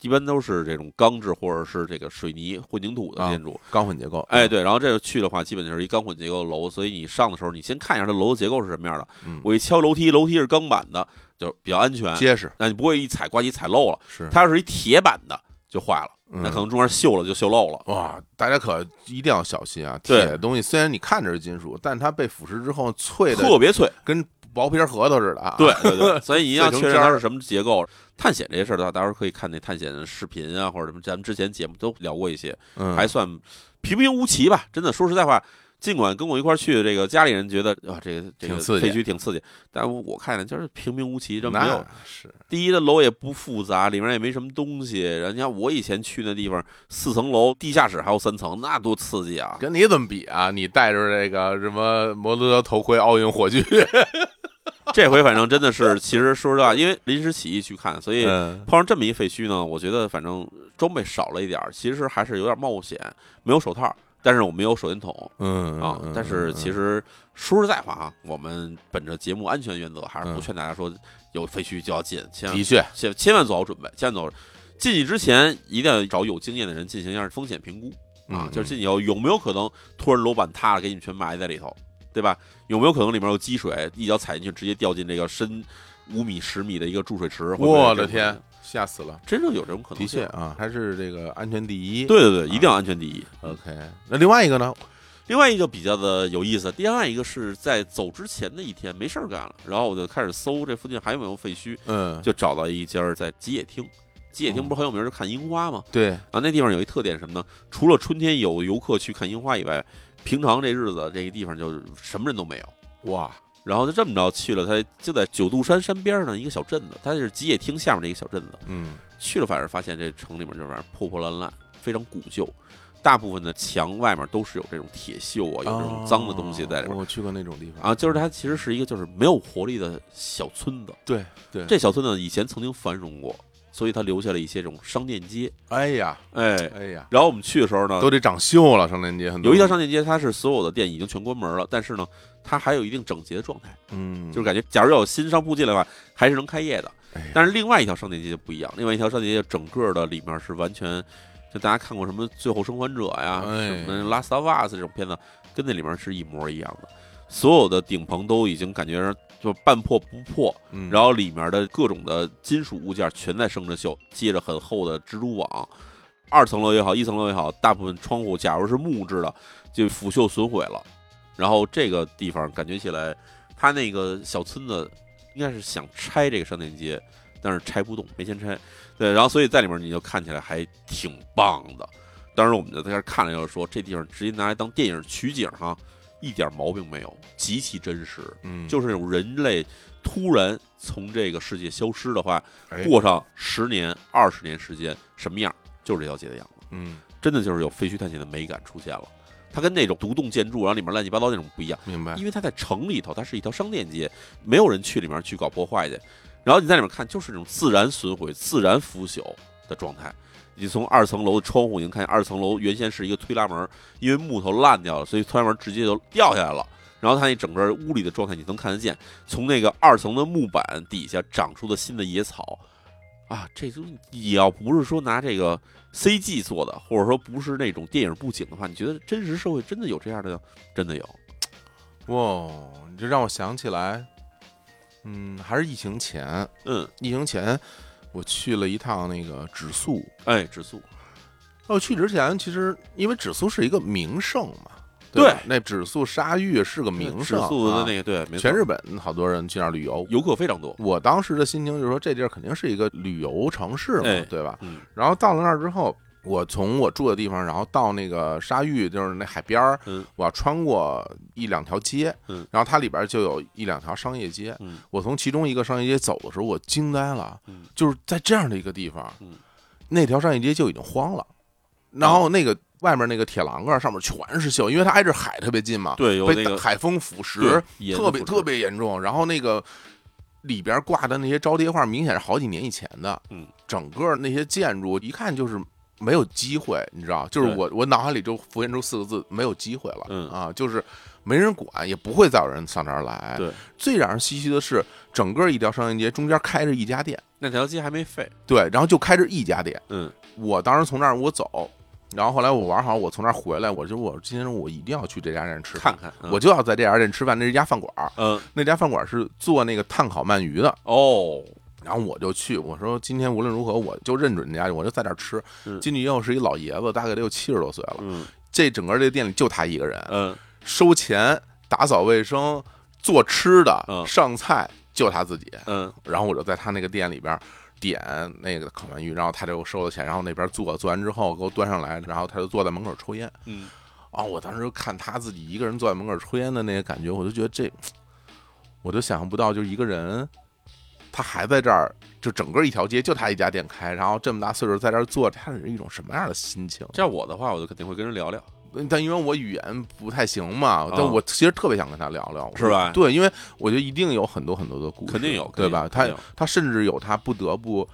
一般都是这种钢制或者是这个水泥混凝土的
啊
建筑。
钢混结构，
哎，，对，然后这个去的话，基本就是一钢混结构的楼，所以你上的时候，你先看一下它楼的结构是什么样的。
嗯
我一敲楼梯，楼梯是钢板的，就比较安全，
结实
那你不会一踩呱唧踩漏了。
是。
它要是一铁板的就坏了，
嗯
那可能中间锈了就锈漏了。
哇，大家可一定要小心啊！铁
对
的东西虽然你看着是金属，但它被腐蚀之后脆的
特别脆，
跟薄皮儿核桃似的啊！
对对 <laughs> 对，所以你一定要
碎成
确认
渣
它
儿
是什么结构。探险这些事儿的话，到时候可以看那探险的视频啊，或者什么，咱们之前节目都聊过一些，
嗯，
还算平平无奇吧。真的，说实在话，尽管跟我一块儿去的这个家里人觉得啊，这个这
挺
个
刺激
废墟挺刺激，但我我看着就是平平无奇，这没有
那是
第一的楼也不复杂，里面也没什么东西。人家我以前去那地方，四层楼，地下室还有三层，那多刺激啊！
跟你怎么比啊？你戴着这个什么摩托车头盔、奥运火炬，
这回反正真的是，其实说实话，因为临时起意去看，所以
嗯
碰上这么一废墟呢，我觉得反正装备少了一点儿，其实还是有点冒险。没有手套，但是我们有手电筒
<laughs> 嗯
啊。但是其实说实在话啊，我们本着节目安全原则，还是不劝大家说有废墟就要进，千万
嗯的确，
千千万做好准备，千万做好。进去之前一定要找有经验的人进行一下风险评估啊，
嗯
就是进去以后有没有可能突然楼板塌了，给你们全埋在里头，对吧？有没有可能里面有积水，一脚踩进去直接掉进这个深五米、十米的一个注水池？会不会
我
有这种
的
可能
天，，吓死了！
真正有这种可能
的
性
确啊，还是这个安全第一。
对对对，一定要安全第一。
，OK。那另外一个呢？
另外一个比较的有意思，另外一个是在走之前的一天没事儿干了，然后我就开始搜这附近还有没有废墟，
嗯，
就找到一家儿在吉野町。吉野町不是很有名儿，就看樱花吗？
对，
啊，那地方有一特点是什么呢？除了春天有游客去看樱花以外，平常这日子这个地方就是什么人都没有。
哇，
然后就这么着去了，它就在九度山山边儿上一个小镇子，它是吉野町下面的一个小镇子。
嗯
去了反而发现这城里面就是反正破破烂烂，非常古旧。大部分的墙外面都是有这种铁锈啊，有这种脏的东西在里面、
哦我去过那种地方
啊。就是它其实是一个就是没有活力的小村子。
对对，
这小村子以前曾经繁荣过，所以它留下了一些这种商店街。
哎呀
哎，
哎呀，
然后我们去的时候呢，
都得长锈了，上链接很多
有一条商店街，它是所有的店已经全关门了，但是呢，它还有一定整洁的状态，
嗯，
就是感觉假如有新商铺进来的话，还是能开业的
哎呀。
但是另外一条商店街就不一样，另外一条商店街整个的里面是完全，就大家看过什么《最后生还者》呀、
哎
什么《拉斯瓦斯》这种片子，跟那里面是一模一样的。所有的顶棚都已经感觉就半破不破，
嗯，
然后里面的各种的金属物件全在生着锈，接着很厚的蜘蛛网。二层楼也好，一层楼也好，大部分窗户假如是木质的，就腐朽损毁了。然后这个地方感觉起来，他那个小村子应该是想拆这个商店街，但是拆不动，没钱拆。对，然后所以在里面你就看起来还挺棒的。当时我们就在这儿看了一下，说这地方直接拿来当电影取景哈，一点毛病没有，极其真实。
嗯
就是那种人类突然从这个世界消失的话，
哎
过上十年、二十年时间，什么样就是这条街的样子，
嗯，
真的就是有废墟探险的美感出现了。它跟那种独栋建筑，然后里面乱七八糟那种不一样，
明白
因为它在城里头，它是一条商店街，没有人去里面去搞破坏去。然后你在里面看，就是那种自然损毁、自然腐朽的状态。你从二层楼的窗户，你能看见二层楼原先是一个推拉门，因为木头烂掉了，所以推拉门直接就掉下来了。然后它那整个屋里的状态你能看得见，从那个二层的木板底下长出的新的野草，啊，这东西你要不是说拿这个 CG 做的，或者说不是那种电影布景的话，你觉得真实社会真的有这样的？真的有，
哇，你这让我想起来，嗯，还是疫情前，
嗯，
疫情前我去了一趟那个指宿，
哎，指宿，
哦，去之前其实因为指宿是一个名胜嘛，
对
吧，那指宿沙域是个名
指
胜啊，
宿的那个对，没错
全日本好多人去那儿旅游。
游客非常多，
我当时的心情就是说，这地儿肯定是一个旅游城市嘛，
哎
对吧？
嗯
然后到了那儿之后，我从我住的地方，然后到那个沙峪，就是那海边儿，
嗯
我要穿过一两条街，
嗯
然后它里边就有一两条商业街。
嗯
我从其中一个商业街走的时候，我惊呆了，
嗯
就是在这样的一个地方，
嗯
那条商业街就已经荒了，然后那个外面那个铁栏杆上面全是锈，因为它挨着海特别近嘛，
对，有那
被
个
海风腐蚀
对，也
特别
不是
特别严重。然后那个里边挂的那些招贴画，明显是好几年以前的。
嗯，
整个那些建筑一看就是没有机会，你知道？就是
对
我我脑海里就浮现出四个字：没有机会了。
嗯
啊，就是没人管，也不会再有人上这儿来。
对，
最让人唏嘘的是，整个一条商业街中间开着一家店，
那条街还没废，
对，然后就开着一家店。
嗯
我当时从那儿我走。然后后来我玩好，我从那儿回来，我就我今天中午我一定要去这家店吃饭，
看看，
我就要在这家店吃饭。那是一家饭馆儿，
嗯
那家饭馆是做那个炭烤鳗鱼的，
哦，
然后我就去，我说今天无论如何我就认准这家，我就在这儿吃
嗯。
进去以后是一老爷子，大概得有七十多岁了，
嗯
这整个这店里就他一个人，
嗯
收钱、打扫卫生、做吃的、
嗯
上菜就他自己。
嗯
然后我就在他那个店里边点那个烤鳗鱼，然后他就收了钱，然后那边做，做完之后给我端上来，然后他就坐在门口抽烟。
嗯，
啊、我当时就看他自己一个人坐在门口抽烟的那个感觉，我就觉得这，我就想象不到，就是一个人，他还在这儿，就整个一条街就他一家店开，然后这么大岁数在这儿做，他是一种什么样的心情？呃
这样我的话，我就肯定会跟人聊聊，
但因为我语言不太行嘛，但
啊
我其实特别想跟他聊聊，
是吧
对，因为我觉得一定有很多很多的故事，
肯定有
对吧？
肯
他
定有
他甚至有他不得不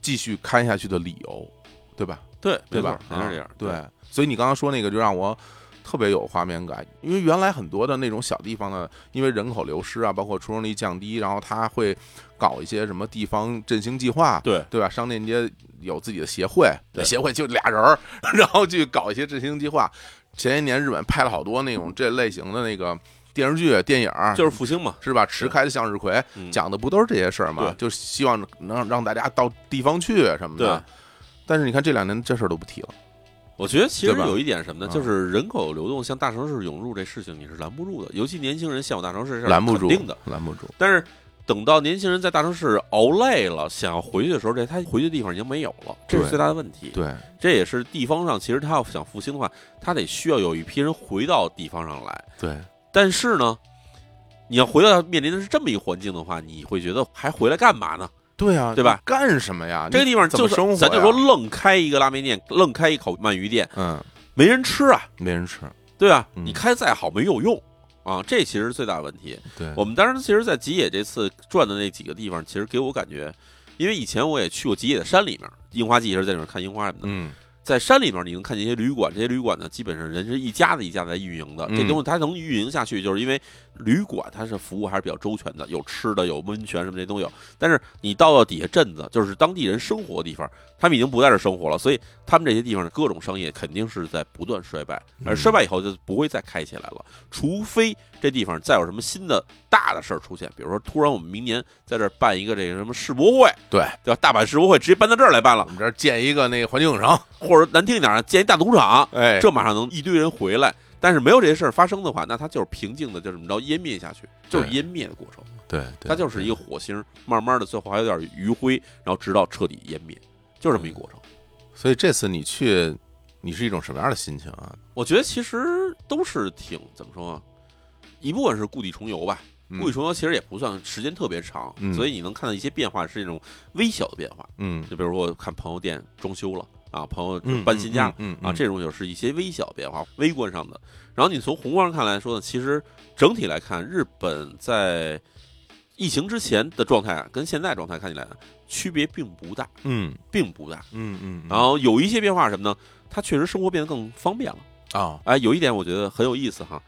继续开下去的理由，对吧？
对没
对
错
吧？
肯定是这
啊
样，
对，所以你刚刚说那个就让我特别有画面感，因为原来很多的那种小地方呢，因为人口流失啊，包括出生率降低，然后他会搞一些什么地方振兴计划，
对
对吧？商店街有自己的协会，
对
协会就俩人儿， <laughs> 然后去搞一些振兴计划。前些年日本拍了好多那种这类型的那个电视剧、电影儿，
就是复兴嘛，
是吧？迟开的向日葵
嗯
讲的不都是这些事儿吗
对？
就是希望能让大家到地方去什么的
对。
但是你看这两年这事儿都不提了，
我觉得其实
对吧
有一点什么呢，
啊
就是人口流动向大城市涌入这事情你是拦不住的，尤其年轻人向往大城市这事儿
拦不
是
住
肯定的。，
拦不住。
但是等到年轻人在大城市熬累了，想要回去的时候，这他回去的地方已经没有了，这是
对
最大的问题。
对，
这也是地方上，其实他要想复兴的话，他得需要有一批人回到地方上来。
对，
但是呢，你要回到面临的是这么一环境的话，你会觉得还回来干嘛呢？
对啊，
对吧？
干什么呀？
这个
你
地方
怎
就
么
是
生活呀
咱就说愣开一个拉面店，愣开一口鳗鱼店，
嗯，
没人吃啊，
没人吃，
对吧？
嗯
你开再好没有用啊，这其实是最大的问题。
对，
我们当时其实，在吉野这次转的那几个地方，其实给我感觉，因为以前我也去过吉野的山里面，樱花季也是在里面看樱花什么的。
嗯，
在山里面，你能看见一些旅馆，这些旅馆呢，基本上人是一家子一家子在运营的。
嗯
这东西它能运营下去，就是因为旅馆它是服务还是比较周全的，有吃的，有温泉什么这些都有。但是你到了底下镇子，就是当地人生活的地方，他们已经不在这儿生活了，所以他们这些地方的各种商业肯定是在不断衰败，
嗯
而衰败以后就不会再开起来了，除非这地方再有什么新的大的事儿出现，比如说突然我们明年在这儿办一个这个什么世博会，
对，
对吧？大阪世博会直接搬到这儿来办了
我，们这儿建一个那个环境影城，
或者难听一点儿，啊建一大赌场。
哎，
这马上能一堆人回来。但是没有这些事儿发生的话，那它就是平静的，就这么着湮灭下去，就是
对
湮灭的过程。
对，
它就是一个火星，慢慢的最后还有点余晖，然后直到彻底湮灭，就是这么一个过程。
所以这次你去，你是一种什么样的心情啊？
我觉得其实都是挺怎么说啊，一部分是故地重游吧。
嗯
故地重游其实也不算时间特别长，
嗯
所以你能看到一些变化是那种微小的变化，
嗯，
就比如说我看朋友店装修了啊，朋友
嗯，
搬新家了，
嗯，嗯
啊，这种就是一些微小变化，微观上的。然后你从宏观上看来说呢，其实整体来看，日本在疫情之前的状态啊跟现在状态看起来呢区别并不大，
嗯
并不大。
嗯嗯，
然后有一些变化是什么呢？它确实生活变得更方便了。
啊，
哎，有一点我觉得很有意思哈，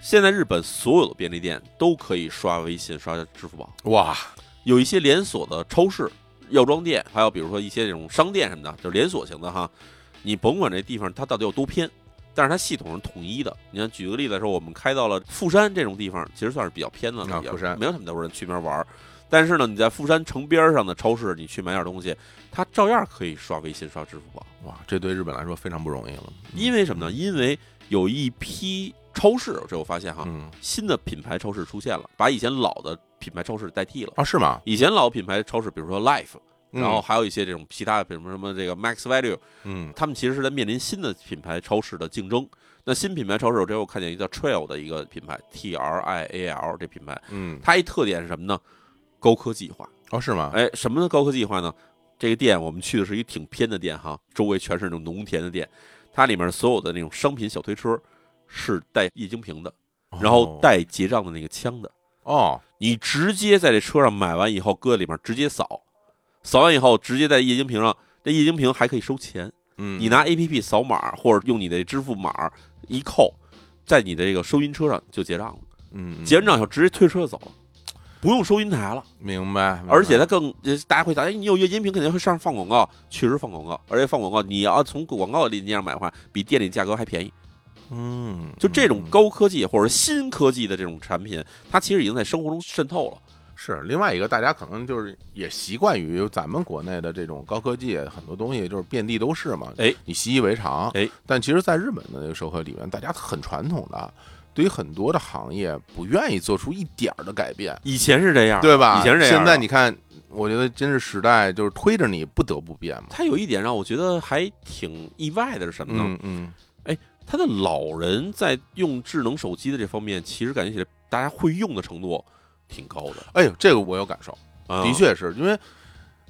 现在日本所有的便利店都可以刷微信、刷支付宝，
哇，
有一些连锁的超市、药妆店，还有比如说一些这种商店什么的，就是连锁型的哈。你甭管这地方它到底有多偏，但是它系统是统一的。你看，举个例子来说，我们开到了富山这种地方，其实算是比较偏的了，
啊
比较
富山
没有什么多人去那边玩儿。但是呢，你在富山城边上的超市，你去买点东西，它照样可以刷微信、刷支付宝。
哇，这对日本来说非常不容易了，
因为什么呢？因为有一批超市，这我发现哈，
嗯，
新的品牌超市出现了，把以前老的品牌超市代替了。
啊，是吗？
以前老品牌超市，比如说 Life，
嗯
然后还有一些这种其他的，比如什么这个 Max Value，
嗯
他们其实是在面临新的品牌超市的竞争。那新品牌超市，我这回我看见一个叫 Trail 的一个品牌，T R I A L 这品牌，
嗯，
它一特点是什么呢？高科技化。
哦，是吗？
哎，什么的高科技化呢？这个店我们去的是一挺偏的店哈，周围全是那种农田的店，它里面所有的那种商品小推车是带液晶屏的，然后带结账的那个枪的。
哦，
你直接在这车上买完以后，搁里面直接扫，扫完以后直接在液晶屏上，这液晶屏还可以收钱。
嗯，
你拿 APP 扫码或者用你的支付码一扣，在你的这个收银车上就结账了，
嗯，
结
嗯
完账以后直接推车走了，不用收银台了。
明白，明白
而且它更，呃大家会想，哎，你有液晶屏肯定会上放广告，确实放广告，而且放广告你要从广告里那样买的话，比店里价格还便宜。
嗯，
就这种
嗯
高科技或者新科技的这种产品，它其实已经在生活中渗透了。
是另外一个，大家可能就是也习惯于咱们国内的这种高科技，啊很多东西就是遍地都是嘛，
哎，
你习以为常，
哎，
但其实，在日本的那个社会里面，大家很传统的，对于很多的行业不愿意做出一点儿的改变，
以前是这样，
对吧？
啊以前是这样。
现在你看，我觉得真是时代就是推着你不得不变嘛，
它有一点让我觉得还挺意外的是什么呢？
嗯嗯，
他的老人在用智能手机的这方面，其实感觉起来大家会用的程度挺高的。
哎呦，这个我有感受。
啊
的，确是因为，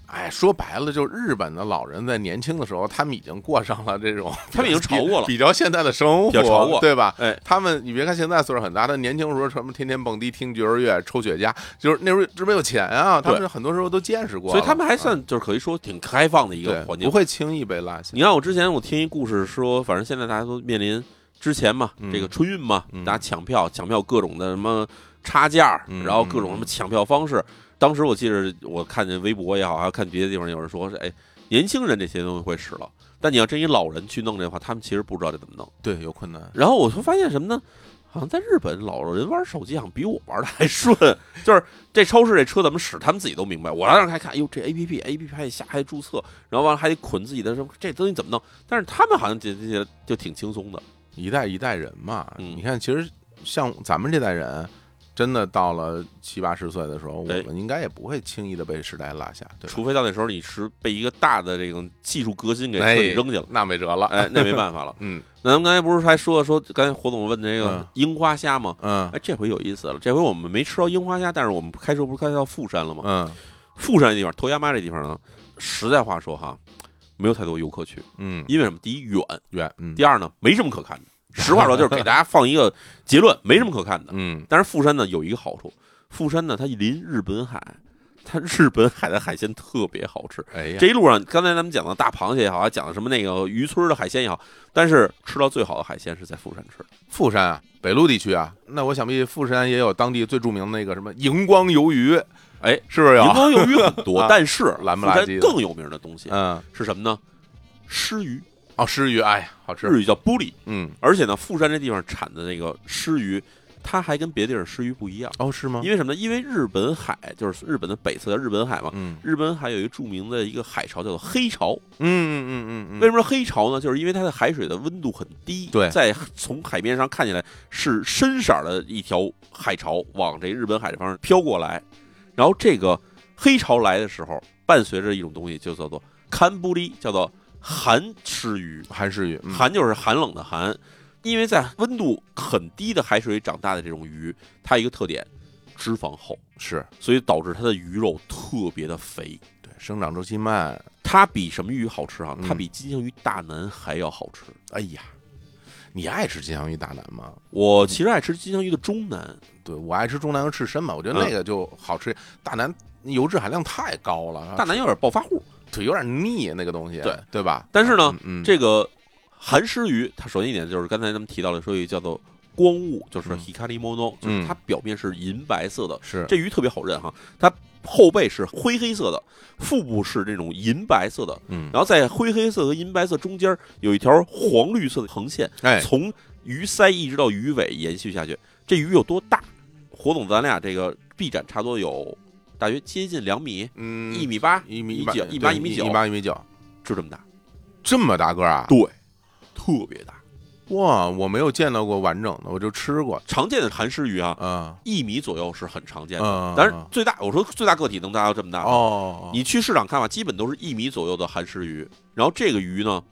哎，说白了，就是日本的老人在年轻的时候，他们已经过上了这种，
他们已经超过了
比比较现代的生活，
比较超过
对吧？
哎，
他们，你别看现在岁数很大，但年轻时候什么天天蹦迪、听爵士乐、抽雪茄，就是那时候这没有钱啊，他们很多时候都见识过了，
所以他们还
啊
算就是可以说挺开放的一个
对，
环境
不。会轻易被拉下
你。看，我之前我听一故事说，反正现在大家都面临之前嘛，
嗯
这个春运嘛
嗯，
大家抢票，抢票各种的什么差价
嗯，
然后各种什么抢票方式。当时我记着，我看见微博也好，还有看别的地方有人说是，哎，年轻人这些东西会使了，但你要真一老人去弄这话，他们其实不知道这怎么弄。
对，有困难。
然后我就发现什么呢？好像在日本，老人玩手机好像比我玩的还顺。 <laughs> 就是这超市这车怎么使，他们自己都明白。我当时还看，哟，哎这 A P P A P P 还得下，还得注册，然后完了还得捆自己的什么，这东西怎么弄？但是他们好像这这些就挺轻松的。
一代一代人嘛，
嗯
你看，其实像咱们这代人。真的到了七八十岁的时候，我
哎
们应该也不会轻易的被时代拉下，对吧？
除非到那时候你是被一个大的这种技术革新给
哎
彻底扔进了，
那没辙了，。
哎，那没办法了 <laughs>
嗯
那咱们刚才不是还说说，刚才火总问这
嗯
个樱花虾吗？
嗯
哎，这回有意思了，这回我们没吃到樱花虾，但是我们开车不是开到富山了吗？
嗯
富山这地方，头牙妈这地方呢，实在话说哈，没有太多游客去，
嗯，
因为什么？第一远，
远嗯
第二呢，没什么可看的。实话说，就是给大家放一个结论，没什么可看的。
嗯
但是富山呢有一个好处，富山呢它临日本海，它日本海的海鲜特别好吃。
哎呀
这一路上，刚才咱们讲的大螃蟹也好，还讲的什么那个渔村的海鲜也好，但是吃到最好的海鲜是在富山吃的。
富山啊北陆地区啊，那我想必富山也有当地最著名的那个什么荧光鱿鱼，
哎，
是不是
荧
有？
光鱿鱼很多
<laughs> 啊，
但是
蓝
富
不拉
山
几的
更有名的东西
嗯
是什么呢？狮鱼，
哦石鱼，哎呀好吃，
日语叫玻璃。
嗯
而且呢，富山这地方产的那个狮鱼，它还跟别地儿狮鱼不一样，
哦是吗？
因为什么呢？因为日本海就是日本的北侧叫日本海嘛。
嗯
日本海有一个著名的一个海潮叫做黑潮，
嗯嗯嗯嗯
为什么说黑潮呢？就是因为它的海水的温度很低，
对
在从海面上看起来是深色儿的一条海潮往这日本海的方向飘过来，然后这个黑潮来的时候，伴随着一种东西，就叫做堪布利，叫做寒狮鱼。
韩式鱼，嗯
寒就是寒冷的寒，因为在温度很低的海水里长大的这种鱼，它一个特点，脂肪厚，
是
所以导致它的鱼肉特别的肥。
对生长周期慢，
它比什么鱼好吃啊？
嗯
它比金枪鱼大南还要好吃。
哎呀，你爱吃金枪鱼大腩吗？
我其实爱吃金枪鱼的中南，
对我爱吃中南和赤身嘛，
嗯
我觉得那个就好吃，大腩油脂含量太高了，
大南有点暴发户，
腿有点腻那个东西，
对
对吧？
但是呢
嗯，嗯
这个寒湿鱼，它首先一点就是刚才咱们提到了，说有一个叫做光雾，就是
嗯
hikari mono，就
嗯
是它表面是银白色的，
是
这鱼特别好认哈，它后背是灰黑色的，腹部是这种银白色的，
嗯
然后在灰黑色和银白色中间有一条黄绿色的横线，
哎
从鱼鳃一直到鱼尾延续下去。这鱼有多大？火总，咱俩这个臂展差不多有大约接近两米，
嗯
一米八，
一
一
米
九
对
一
一
八一米九
一八一米九，
就这么大，
这么大个儿啊？
对，特别大。
哇，我没有见到过完整的，我就吃过
常见的韩式鱼啊，
啊。
一米左右是很常见的，
嗯，
当然最大我说最大个体能达到这么大吗，
哦，
你去市场看吧，基本都是一米左右的韩式鱼，然后这个鱼呢，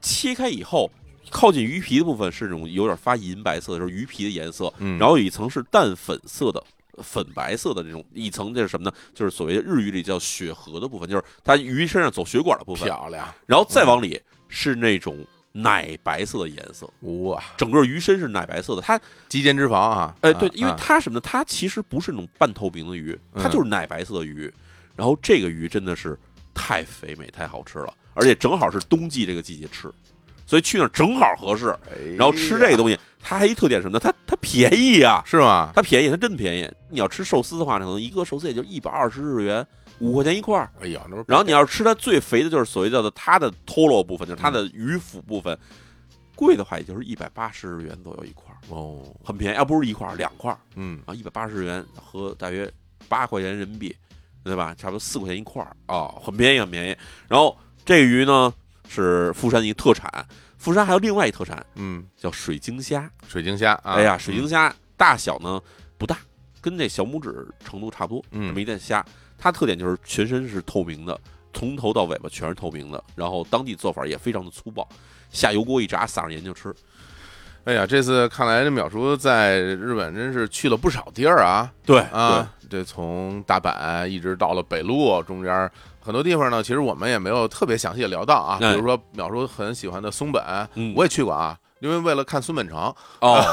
切开以后，靠近鱼皮的部分是那种有点发银白色的，就是鱼皮的颜色，
嗯，
然后有一层是淡粉色的。粉白色的这种一层，这是什么呢？就是所谓的日语里叫血河的部分，就是它鱼身上走血管的部分，
漂嗯亮
然后再往里是那种奶白色的颜色，
哇，
整个鱼身是奶白色的。它，
肌间脂肪啊，
哎，
啊
对，因为
啊
它什么呢？它其实不是那种半透明的鱼，它
嗯
就是奶白色的鱼。然后这个鱼真的是太肥美、太好吃了，而且正好是冬季这个季节吃，所以去那儿正好合
哎
适。然后吃这个东西，它还一特点什么呢？它它便宜啊，
是吗？
它便宜，它真便宜。你要吃寿司的话，可能一个寿司也就一百二十日元，五块钱一块儿。
哎呦，那不是
然后你要是吃它最肥的，就是所谓叫做它的 tolo 部分，就是它的
嗯
鱼腹部分，贵的话也就是一百八十日元左右一块儿，
哦，
很便宜。要不是一块儿，两块儿
嗯
啊，一百八十元和大约八块钱人民币，对吧？差不多四块钱一块儿，啊
哦，
很便宜，很便宜。然后这个鱼呢是富山一个特产，富山还有另外一特产
嗯，
叫水晶虾。
水晶虾啊，
哎呀，水晶虾大小呢不大，跟这小拇指程度差不多，
嗯
这么一袋虾。它特点就是全身是透明的，从头到尾巴全是透明的。然后当地做法也非常的粗暴，下油锅一炸，撒上盐就吃。
哎呀，这次看来这淼叔在日本真是去了不少地儿啊
对
啊！这从大阪一直到了北路，中间很多地方呢，其实我们也没有特别详细的聊到啊，比
哎
如说淼叔很喜欢的松本，
嗯
我也去过啊，因为为了看松本城， <laughs>
哦，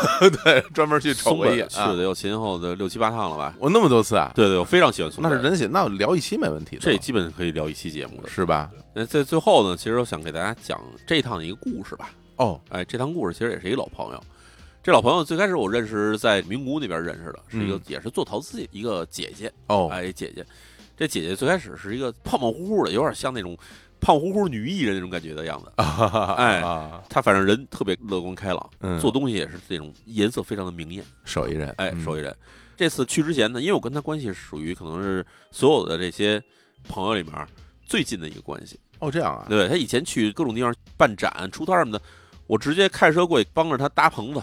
对，专门去瞅
松
过一
本
眼
去
啊。
的有前后的六七八趟了吧？
我那么多次啊，
对对，我非常喜欢松
那
本。
是人写，那我聊一期没问题的，
这基本可以聊一期节目的。
是吧？
那在最后呢，其实我想给大家讲这一趟的一个故事吧。
哦，
哎，这趟故事其实也是一老朋友。这老朋友最开始我认识是在名古屋那边认识的，是一个
嗯
也是做陶瓷一个姐姐。
哦，
哎，姐姐，这姐姐最开始是一个胖胖乎乎的，有点像那种胖乎乎女艺人那种感觉的样子。哎
啊，
她反正人特别乐观开朗，
嗯，
做东西也是这种颜色非常的明艳。
手艺人，
哎，
嗯
手艺人。这次去之前呢，因为我跟她关系属于可能是所有的这些朋友里面最近的一个关系。
哦，这样啊，
对他以前去各种地方办展、出摊儿什么的，我直接开车过去帮着他搭棚子、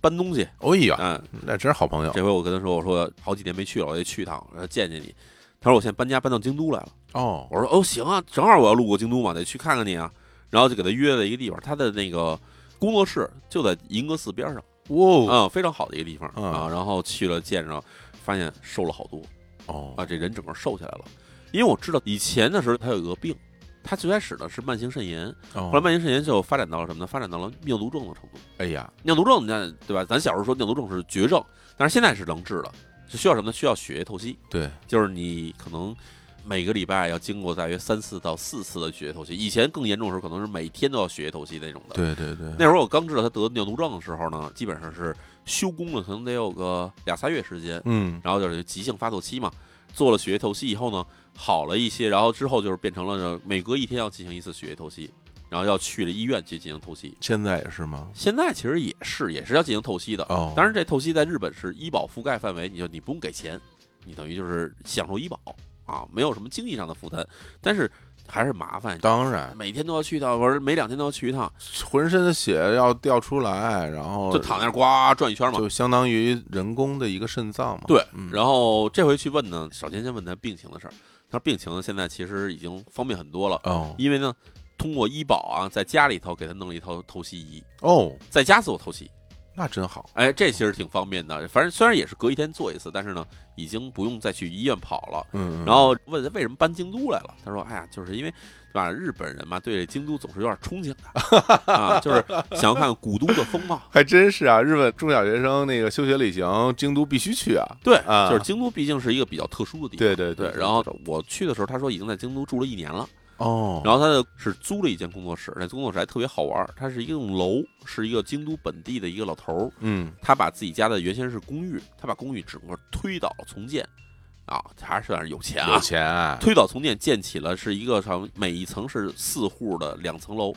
搬东西。
哦呀，
嗯，
那真是好朋友
这回我跟他说，我说好几年没去了，我得去一趟，然后见见你。他说我现在搬家搬到京都来了。
哦，
我说哦，行啊，正好我要路过京都嘛，得去看看你啊。然后就给他约了一个地方，他的那个工作室就在银阁寺边上，
哇，
啊、非常好的一个地方
嗯
啊。然后去了见着，发现瘦了好多
哦，
啊，这人整个瘦下来了。因为我知道以前的时候他有一个病，他最开始呢是慢性肾炎，
后
后来慢性肾炎就发展到了什么呢？发展到了尿毒症的程度。
哦哎呀，
尿毒症，那对吧？咱小时候说尿毒症是绝症，但是现在是能治了，是需要什么呢？需要血液透析，
对，
就是你可能每个礼拜要经过大约三次到四次的血液透析。以前更严重的时候，可能是每天都要血液透析那种的。
对对对，
那时候我刚知道他得尿毒症的时候呢，基本上是休工了，可能得有个俩仨月时间，
嗯，
然后就是急性发作期嘛。做了血液透析以后呢，好了一些，然后之后就是变成了每隔一天要进行一次血液透析，然后要去了医院去进行透析。
现在也是吗？
现在其实也是也是要进行透析的，
哦，
当然这透析在日本是医保覆盖范围，你就你不用给钱，你等于就是享受医保啊，没有什么经济上的负担，但是还是麻烦，
当然，
每天都要去一趟，或者每两天都要去一趟，
浑身的血要掉出来，然后
就躺那儿呱转一圈嘛。
就相当于人工的一个肾脏嘛，
对
嗯，
然后这回去问呢，首先先问他病情的事儿，他说病情呢现在其实已经方便很多了，
哦
因为呢通过医保啊，在家里头给他弄了一套透析仪，
哦，
在家做透析。
那真好，
哎，这其实挺方便的。反正虽然也是隔一天做一次，但是呢，已经不用再去医院跑了。
嗯，嗯
然后问他为什么搬京都来了，他说：“哎呀，就是因为对吧，日本人嘛，对这京都总是有点憧憬的
<laughs>
啊，就是想要看看古都的风貌。
还真是啊，日本中小学生那个休学旅行，京都必须去啊，
对，
啊
就是京都毕竟是一个比较特殊的地方。
对对
对然后我去的时候，他说已经在京都住了一年了。
哦，
然后他是租了一间工作室，那工作室还特别好玩儿，它是一栋楼，是一个京都本地的一个老头儿，
嗯，
他把自己家的原先是公寓，他把公寓整个推倒重建，啊，还是算是有钱啊
有，钱啊，
<laughs> 推倒重建建起了是一个什么？每一层是四户的两层楼，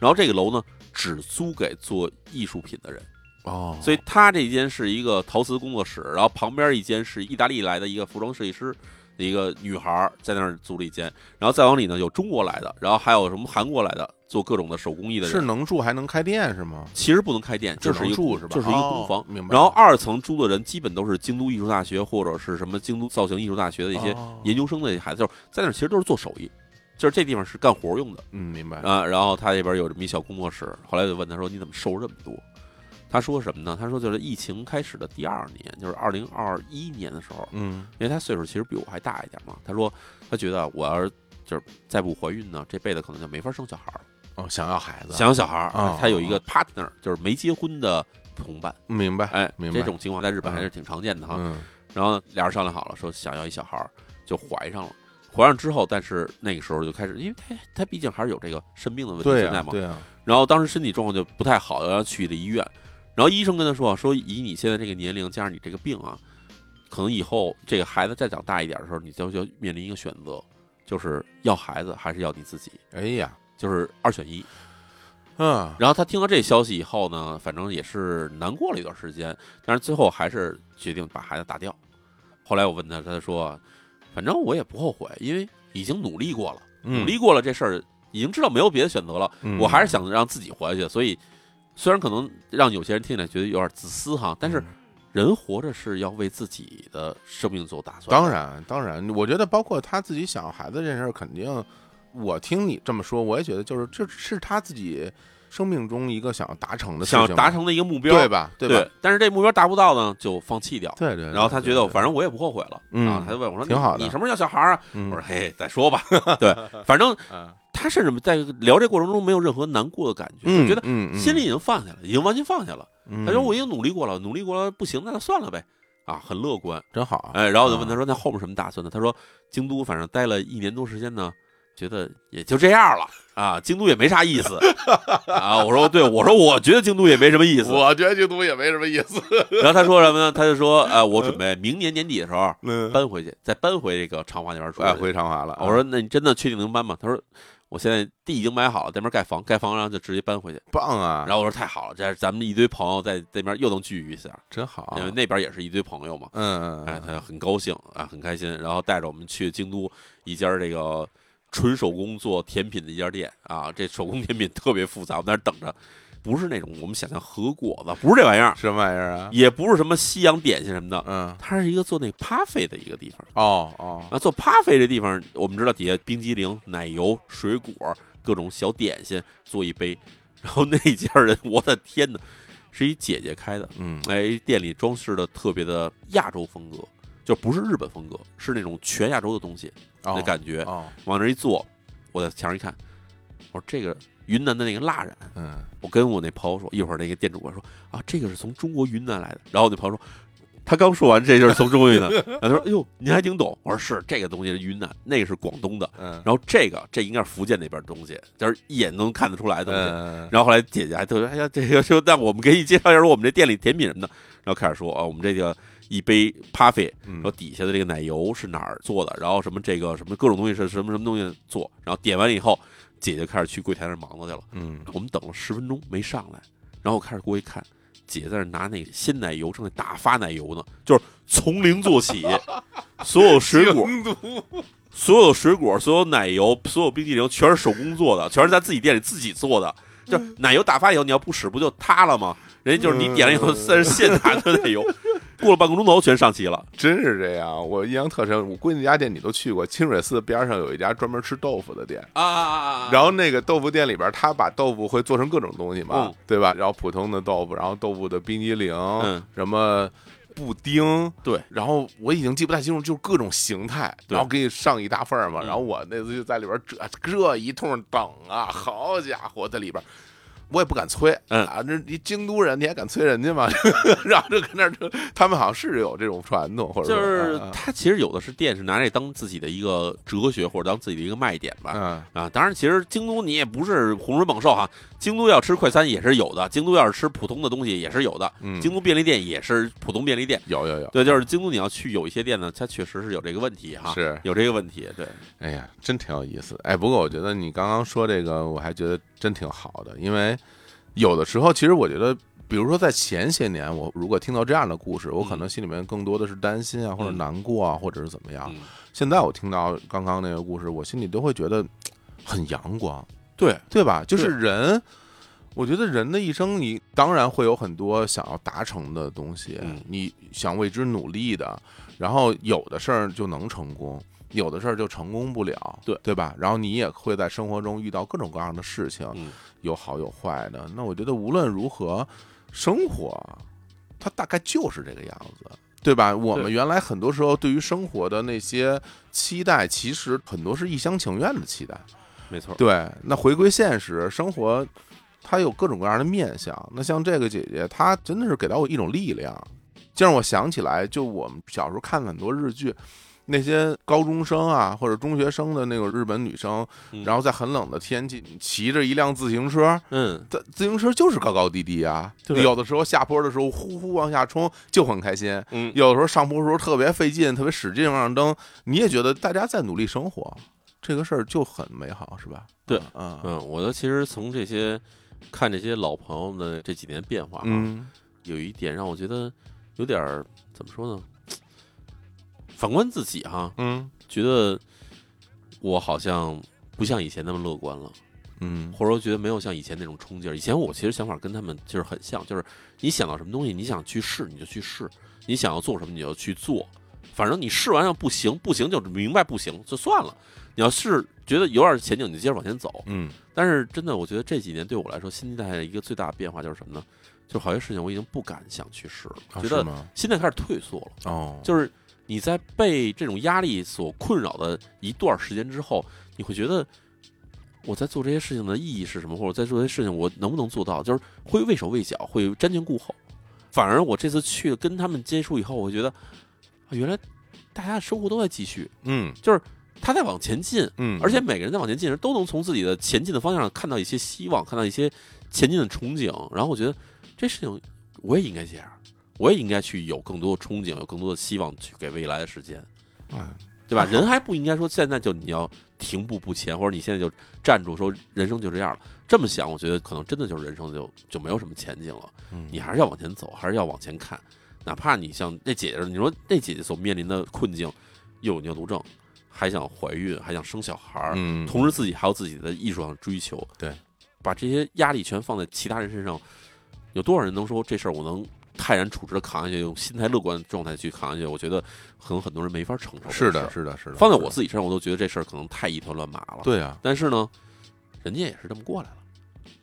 然后这个楼呢只租给做艺术品的人，
哦，
所以他这间是一个陶瓷工作室，然后旁边一间是意大利来的一个服装设计师，一个女孩儿在那儿租了一间，然后再往里呢有中国来的，然后还有什么韩国来的做各种的手工艺的人，
是能住还能开店是吗？
其实不能开店，
只
就
能
是一个
住是吧
就是一个
哦
工房。
明白
然后二层租的人基本都是京都艺术大学或者是什么京都造型艺术大学的一些
哦
研究生的孩子，就是在那儿其实都是做手艺，就是这地方是干活用的
嗯，明白。
啊。然后他那边有这么一小工作室，后来就问他说：“你怎么瘦这么多？”他说什么呢？他说就是疫情开始的第二年，就是二零二一年的时候，
嗯，
因为他岁数其实比我还大一点嘛。他说他觉得我要是就是再不怀孕呢，这辈子可能就没法生小孩了。
哦，想要孩子，
想要小孩儿
啊，
他有一个 partner，就是没结婚的同伴。
明白，
哎，
明白
这种情况在日本还是挺常见的哈。
嗯，
然后俩人商量好了，说想要一小孩儿，就怀上了。怀上之后，但是那个时候就开始，因为他他毕竟还是有这个肾病的问题
对
存在
啊，
嘛。
对啊，
然后当时身体状况就不太好，然后去的医院。然后医生跟他说，说以你现在这个年龄加上你这个病啊，可能以后这个孩子再长大一点的时候，你就就面临一个选择，就是要孩子还是要你自己，
哎呀，
就是二选一。
嗯，
然后他听到这消息以后呢，反正也是难过了一段时间，但是最后还是决定把孩子打掉。后来我问他，他就说，反正我也不后悔，因为已经努力过了，努
嗯
力过了这事儿，已经知道没有别的选择了，
嗯
我还是想让自己活下去。所以，虽然可能让有些人听起来觉得有点自私哈，但是
嗯
人活着是要为自己的生命做打算。
当，然，当然，我觉得包括他自己想要孩子这事儿，肯定，我听你这么说，我也觉得就是这是他自己生命中一个想要达成的事情嘛，
想达成的一个目标，
对吧？对
对
吧？
但是这目标达不到呢，就放弃掉。
对对对
然后他觉
对
得，
对
反正我也不后悔了，
嗯
啊，他就问我说：“
挺
你
好的
你什么时候要小孩儿啊？”
嗯
我说：“嘿，再说
<laughs>
吧。”对， <laughs> 反正
嗯
他甚至在聊这过程中没有任何难过的感觉，
嗯，
就觉得
嗯
心里已经放下了，已经完全放下了。
嗯
他说：“我已经努力过了，努力过了不行，那就算了呗。”啊，很乐观。
真好，啊
哎，然后我就问他说：“那后面什么打算呢？”他说：“京都反正待了一年多时间呢，觉得也就这样了啊，京都也没啥意思啊。”我说：“对，我说我觉得京都也没什么意思。”
我觉得京都也没什么意思，
然后他说什么呢？他就说：“啊，我准备明年年底的时候。”
<laughs> 嗯，
搬回去，再搬回这个长华那边住。啊
哎，回长华了，
我说那你真的确定能搬吗？他说我现在地已经买好了，在那边盖房，盖房然后就直接搬回去。
棒啊，
然后我说太好了，这样咱们一堆朋友在那边又能聚一下，
真好，
因为那边也是一堆朋友嘛。
嗯，
哎，他很高兴啊，很开心，然后带着我们去京都一家这个纯手工做甜品的一家店啊，这手工甜品特别复杂，我们在那儿等着，不是那种我们想象和果子，不是这玩意儿，
什么玩意儿啊？
也不是什么西洋点心什么的，
嗯，
它是一个做那咖啡的一个地方。
哦哦，
啊，做咖啡这地方，我们知道底下冰激凌、奶油、水果、各种小点心，做一杯。然后那一家人，我的天呐，是一姐姐开的，
嗯，
哎，店里装饰的特别的亚洲风格，就不是日本风格，是那种全亚洲的东西
哦
的感觉。
哦，
往那儿一坐，我在墙上一看，我说这个云南的那个蜡染，
嗯，
我跟我那朋友说，一会儿那个店主跟我说啊，这个是从中国云南来的。然后我那朋友说，他刚说完这就是从中国云南， <laughs> 然后他说，哎呦，您还挺懂。我说是，这个东西是云南，那个是广东的，
嗯，
然后这个这应该是福建那边的东西，就是一眼能看得出来的东西。
嗯，
然后后来姐姐还特别，哎呀，这个说，那我们给你介绍一下我们这店里甜品什么的。然后开始说啊，我们这个一杯咖啡，
嗯
然后底下的这个奶油是哪儿做的，然后什么这个什么各种东西是什么什么东西做，然后点完以后，姐姐开始去柜台那儿忙活去了。
嗯，
我们等了十分钟没上来，然后我开始过去看，姐在那拿那鲜奶油，正在打发奶油呢，就是从零做起，所有水果、
京都
所有水果、所有奶油、所有冰激凌全是手工做的，全是在自己店里自己做的。就是奶油打发以后，你要不使不就塌了吗？人家就是你点了以后，
嗯
算是现打的奶油， <laughs> 过了半个钟头全上齐了。
真是这样，我印象特深。我估计那家店你都去过，清水寺边上有一家专门吃豆腐的店。
啊啊啊
然后那个豆腐店里边，他把豆腐会做成各种东西嘛，
嗯
对吧？然后普通的豆腐，然后豆腐的冰激凌，
嗯
什么布丁，
对，
然后我已经记不太清楚，就是各种形态，
对
然后给你上一大份儿嘛。
嗯
然后我那次就在里边这这一通等啊，好家伙，在里边。我也不敢催，
嗯
啊，这你京都人，你还敢催人家吗？ <laughs> 然后就跟那儿，他们好像是有这种传统，或者
就
说
是
啊
他其实有的是店是拿这当自己的一个哲学或者当自己的一个卖点吧。
啊
啊，当然，其实京都你也不是洪水猛兽哈，京都要吃快餐也是有的，京都要是吃普通的东西也是有的，
嗯，
京都便利店也是普通便利店。
有有有，
对，就是京都你要去有一些店呢，它确实是有这个问题哈，
是
有这个问题，对，
哎呀，真挺有意思的。哎，不过我觉得你刚刚说这个，我还觉得真挺好的，因为有的时候其实我觉得比如说在前些年，我如果听到这样的故事，我可能心里面更多的是担心啊，或者
嗯
难过啊，或者是怎么样
嗯。
现在我听到刚刚那个故事，我心里都会觉得嘖很阳光，
对，
对吧？就是人，我觉得人的一生，你当然会有很多想要达成的东西
嗯，
你想为之努力的，然后有的事儿就能成功。有的事儿就成功不了，
对
对吧？然后你也会在生活中遇到各种各样的事情，
嗯
有好有坏的。那我觉得无论如何，生活它大概就是这个样子，对吧？我们
对
原来很多时候对于生活的那些期待，其实很多是一厢情愿的期待。
没错，
对，那回归现实，生活它有各种各样的面相。那像这个姐姐，她真的是给到我一种力量，就让我想起来，就我们小时候看的很多日剧。那些高中生啊，或者中学生的那种日本女生，
嗯
然后在很冷的天气骑着一辆自行车，
嗯，
自自行车就是高高低低啊，
对
有的时候下坡的时候呼呼往下冲就很开心，
嗯
有的时候上坡的时候特别费劲，特别使劲往上蹬，你也觉得大家在努力生活，这个事儿就很美好，是吧？
对
嗯，嗯
嗯，我都其实从这些看这些老朋友们的这几年变化啊，
嗯
有一点让我觉得有点儿怎么说呢？反观自己哈、
嗯
觉得我好像不像以前那么乐观了，
嗯
或者说觉得没有像以前那种冲劲儿。以前我其实想法跟他们就是很像，就是你想到什么东西，你想去试你就去试，你想要做什么你就去做，反正你试完要不行，不行就明白不行就算了。你要是觉得有点前景，你就接着往前走。
嗯
但是真的，我觉得这几年对我来说，心态的一个最大的变化就是什么呢？就是好些事情我已经不敢想去试了，
啊
觉
是
得
吗？
心态开始退缩了。
哦，
就是你在被这种压力所困扰的一段时间之后，你会觉得我在做这些事情的意义是什么，或者在做这些事情我能不能做到，就是会畏手畏脚，会瞻前顾后。反而我这次去跟他们接触以后，我觉得啊原来大家的生活都在继续，
嗯
他在往前进，
嗯，
而且每个人在往前进的时候，都能从自己的前进的方向看到一些希望，看到一些前进的憧憬。然后我觉得这事情我也应该这样，我也应该去有更多的憧憬，有更多的希望去给未来的时间，
哎
对吧？
太好
人还不应该说现在就你要停步不前，或者你现在就站住说人生就这样了。这么想，我觉得可能真的就是人生就就没有什么前景了。
嗯
你还是要往前走，还是要往前看，哪怕你像那姐姐，你说那姐姐所面临的困境，又有尿毒症，还想怀孕，还想生小孩儿，
嗯，
同时自己还有自己的艺术上的追求，
对，
把这些压力全放在其他人身上，有多少人能说这事儿我能泰然处之的扛下去，用心态乐观的状态去扛下去？我觉得可能很多人没法承受这个事儿。
是的，是的，是的，
放在
是
我
的
自己身上，我都觉得这事儿可能太一团乱麻了。，
对啊
但是呢，人家也是这么过来了，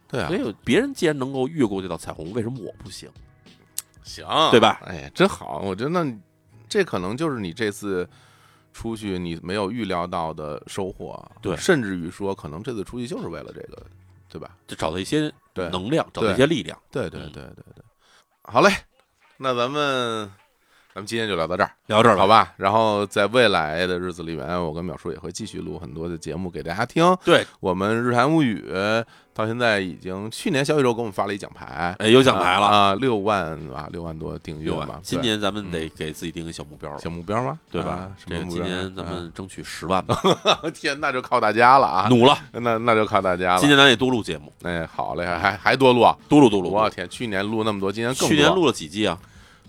对啊
所，以别人既然能够越过这道彩虹，为什么我不行？
行，
对吧
哎，真好，我觉得那这可能就是你这次出去你没有预料到的收获，
对
甚至于说可能这次出去就是为了这个，对吧？
就找到一些
对，
能量，找到一些力量。
对对
嗯
对对对，好嘞，那咱们咱们今天就聊到这儿，
聊这儿
好
吧，
吧？然后在未来的日子里面，我跟淼叔也会继续录很多的节目给大家听。
对，
我们日韩物语到现在已经去年小宇宙给我们发了一奖牌。
哎，有奖牌了，
啊，六万啊，六万多订阅
有
吧
啊！。今
对嗯
年咱们得给自己定个小目标了
小。目标吗？
对吧
啊？什
这
么
个
目
今
标
年咱们争取十万吧，
啊 <laughs> 天，那就靠大家了啊！
努了。
那那就靠大家
今
了。
年咱也多录节目，
哎，好嘞，还还还多录啊！
多录多录。
我天，去年录那么多，今年更
去年
多
录了几季啊？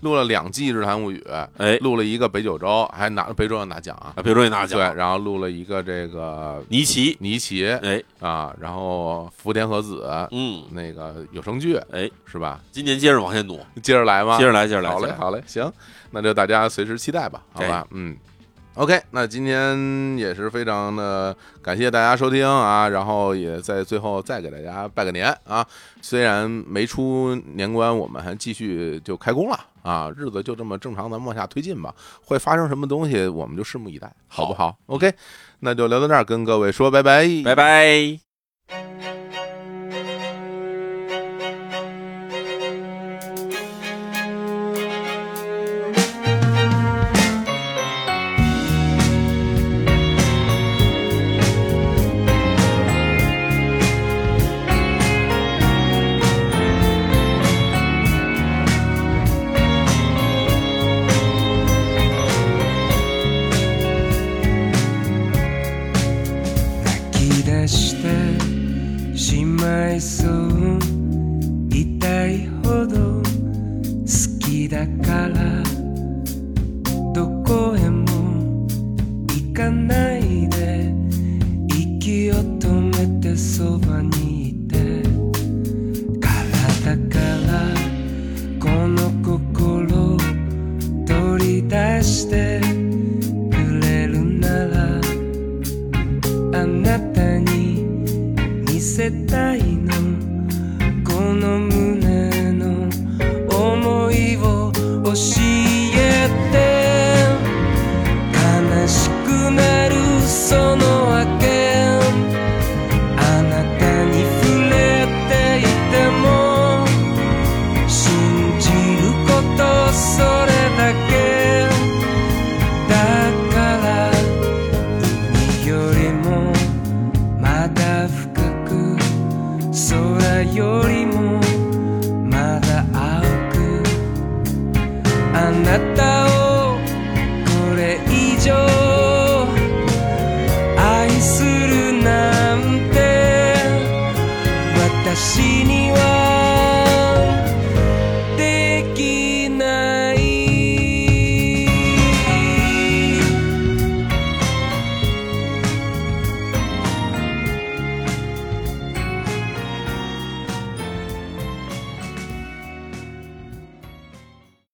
录了两季《日谈物语》，
哎，
录了一个北九州，还拿北州要拿奖啊！
啊，比如说也拿
对，
奖，
然后录了一个这个
尼奇，
尼奇
哎，
啊，然后福田和子
嗯，
那个有声剧
哎，
是吧？
今年接着往前努，
接着来吗？
接着来，接着来，
好
接
嘞，
着来
好嘞，行，那就大家随时期待吧，好吧，嗯。OK，那今天也是非常的感谢大家收听啊，然后也在最后再给大家拜个年啊。虽然没出年关，我们还继续就开工了啊，日子就这么正常，咱们往下推进吧。会发生什么东西，我们就拭目以待，好不好 o k 那就聊到这儿，跟各位说拜拜，
拜拜。
泣き出しただから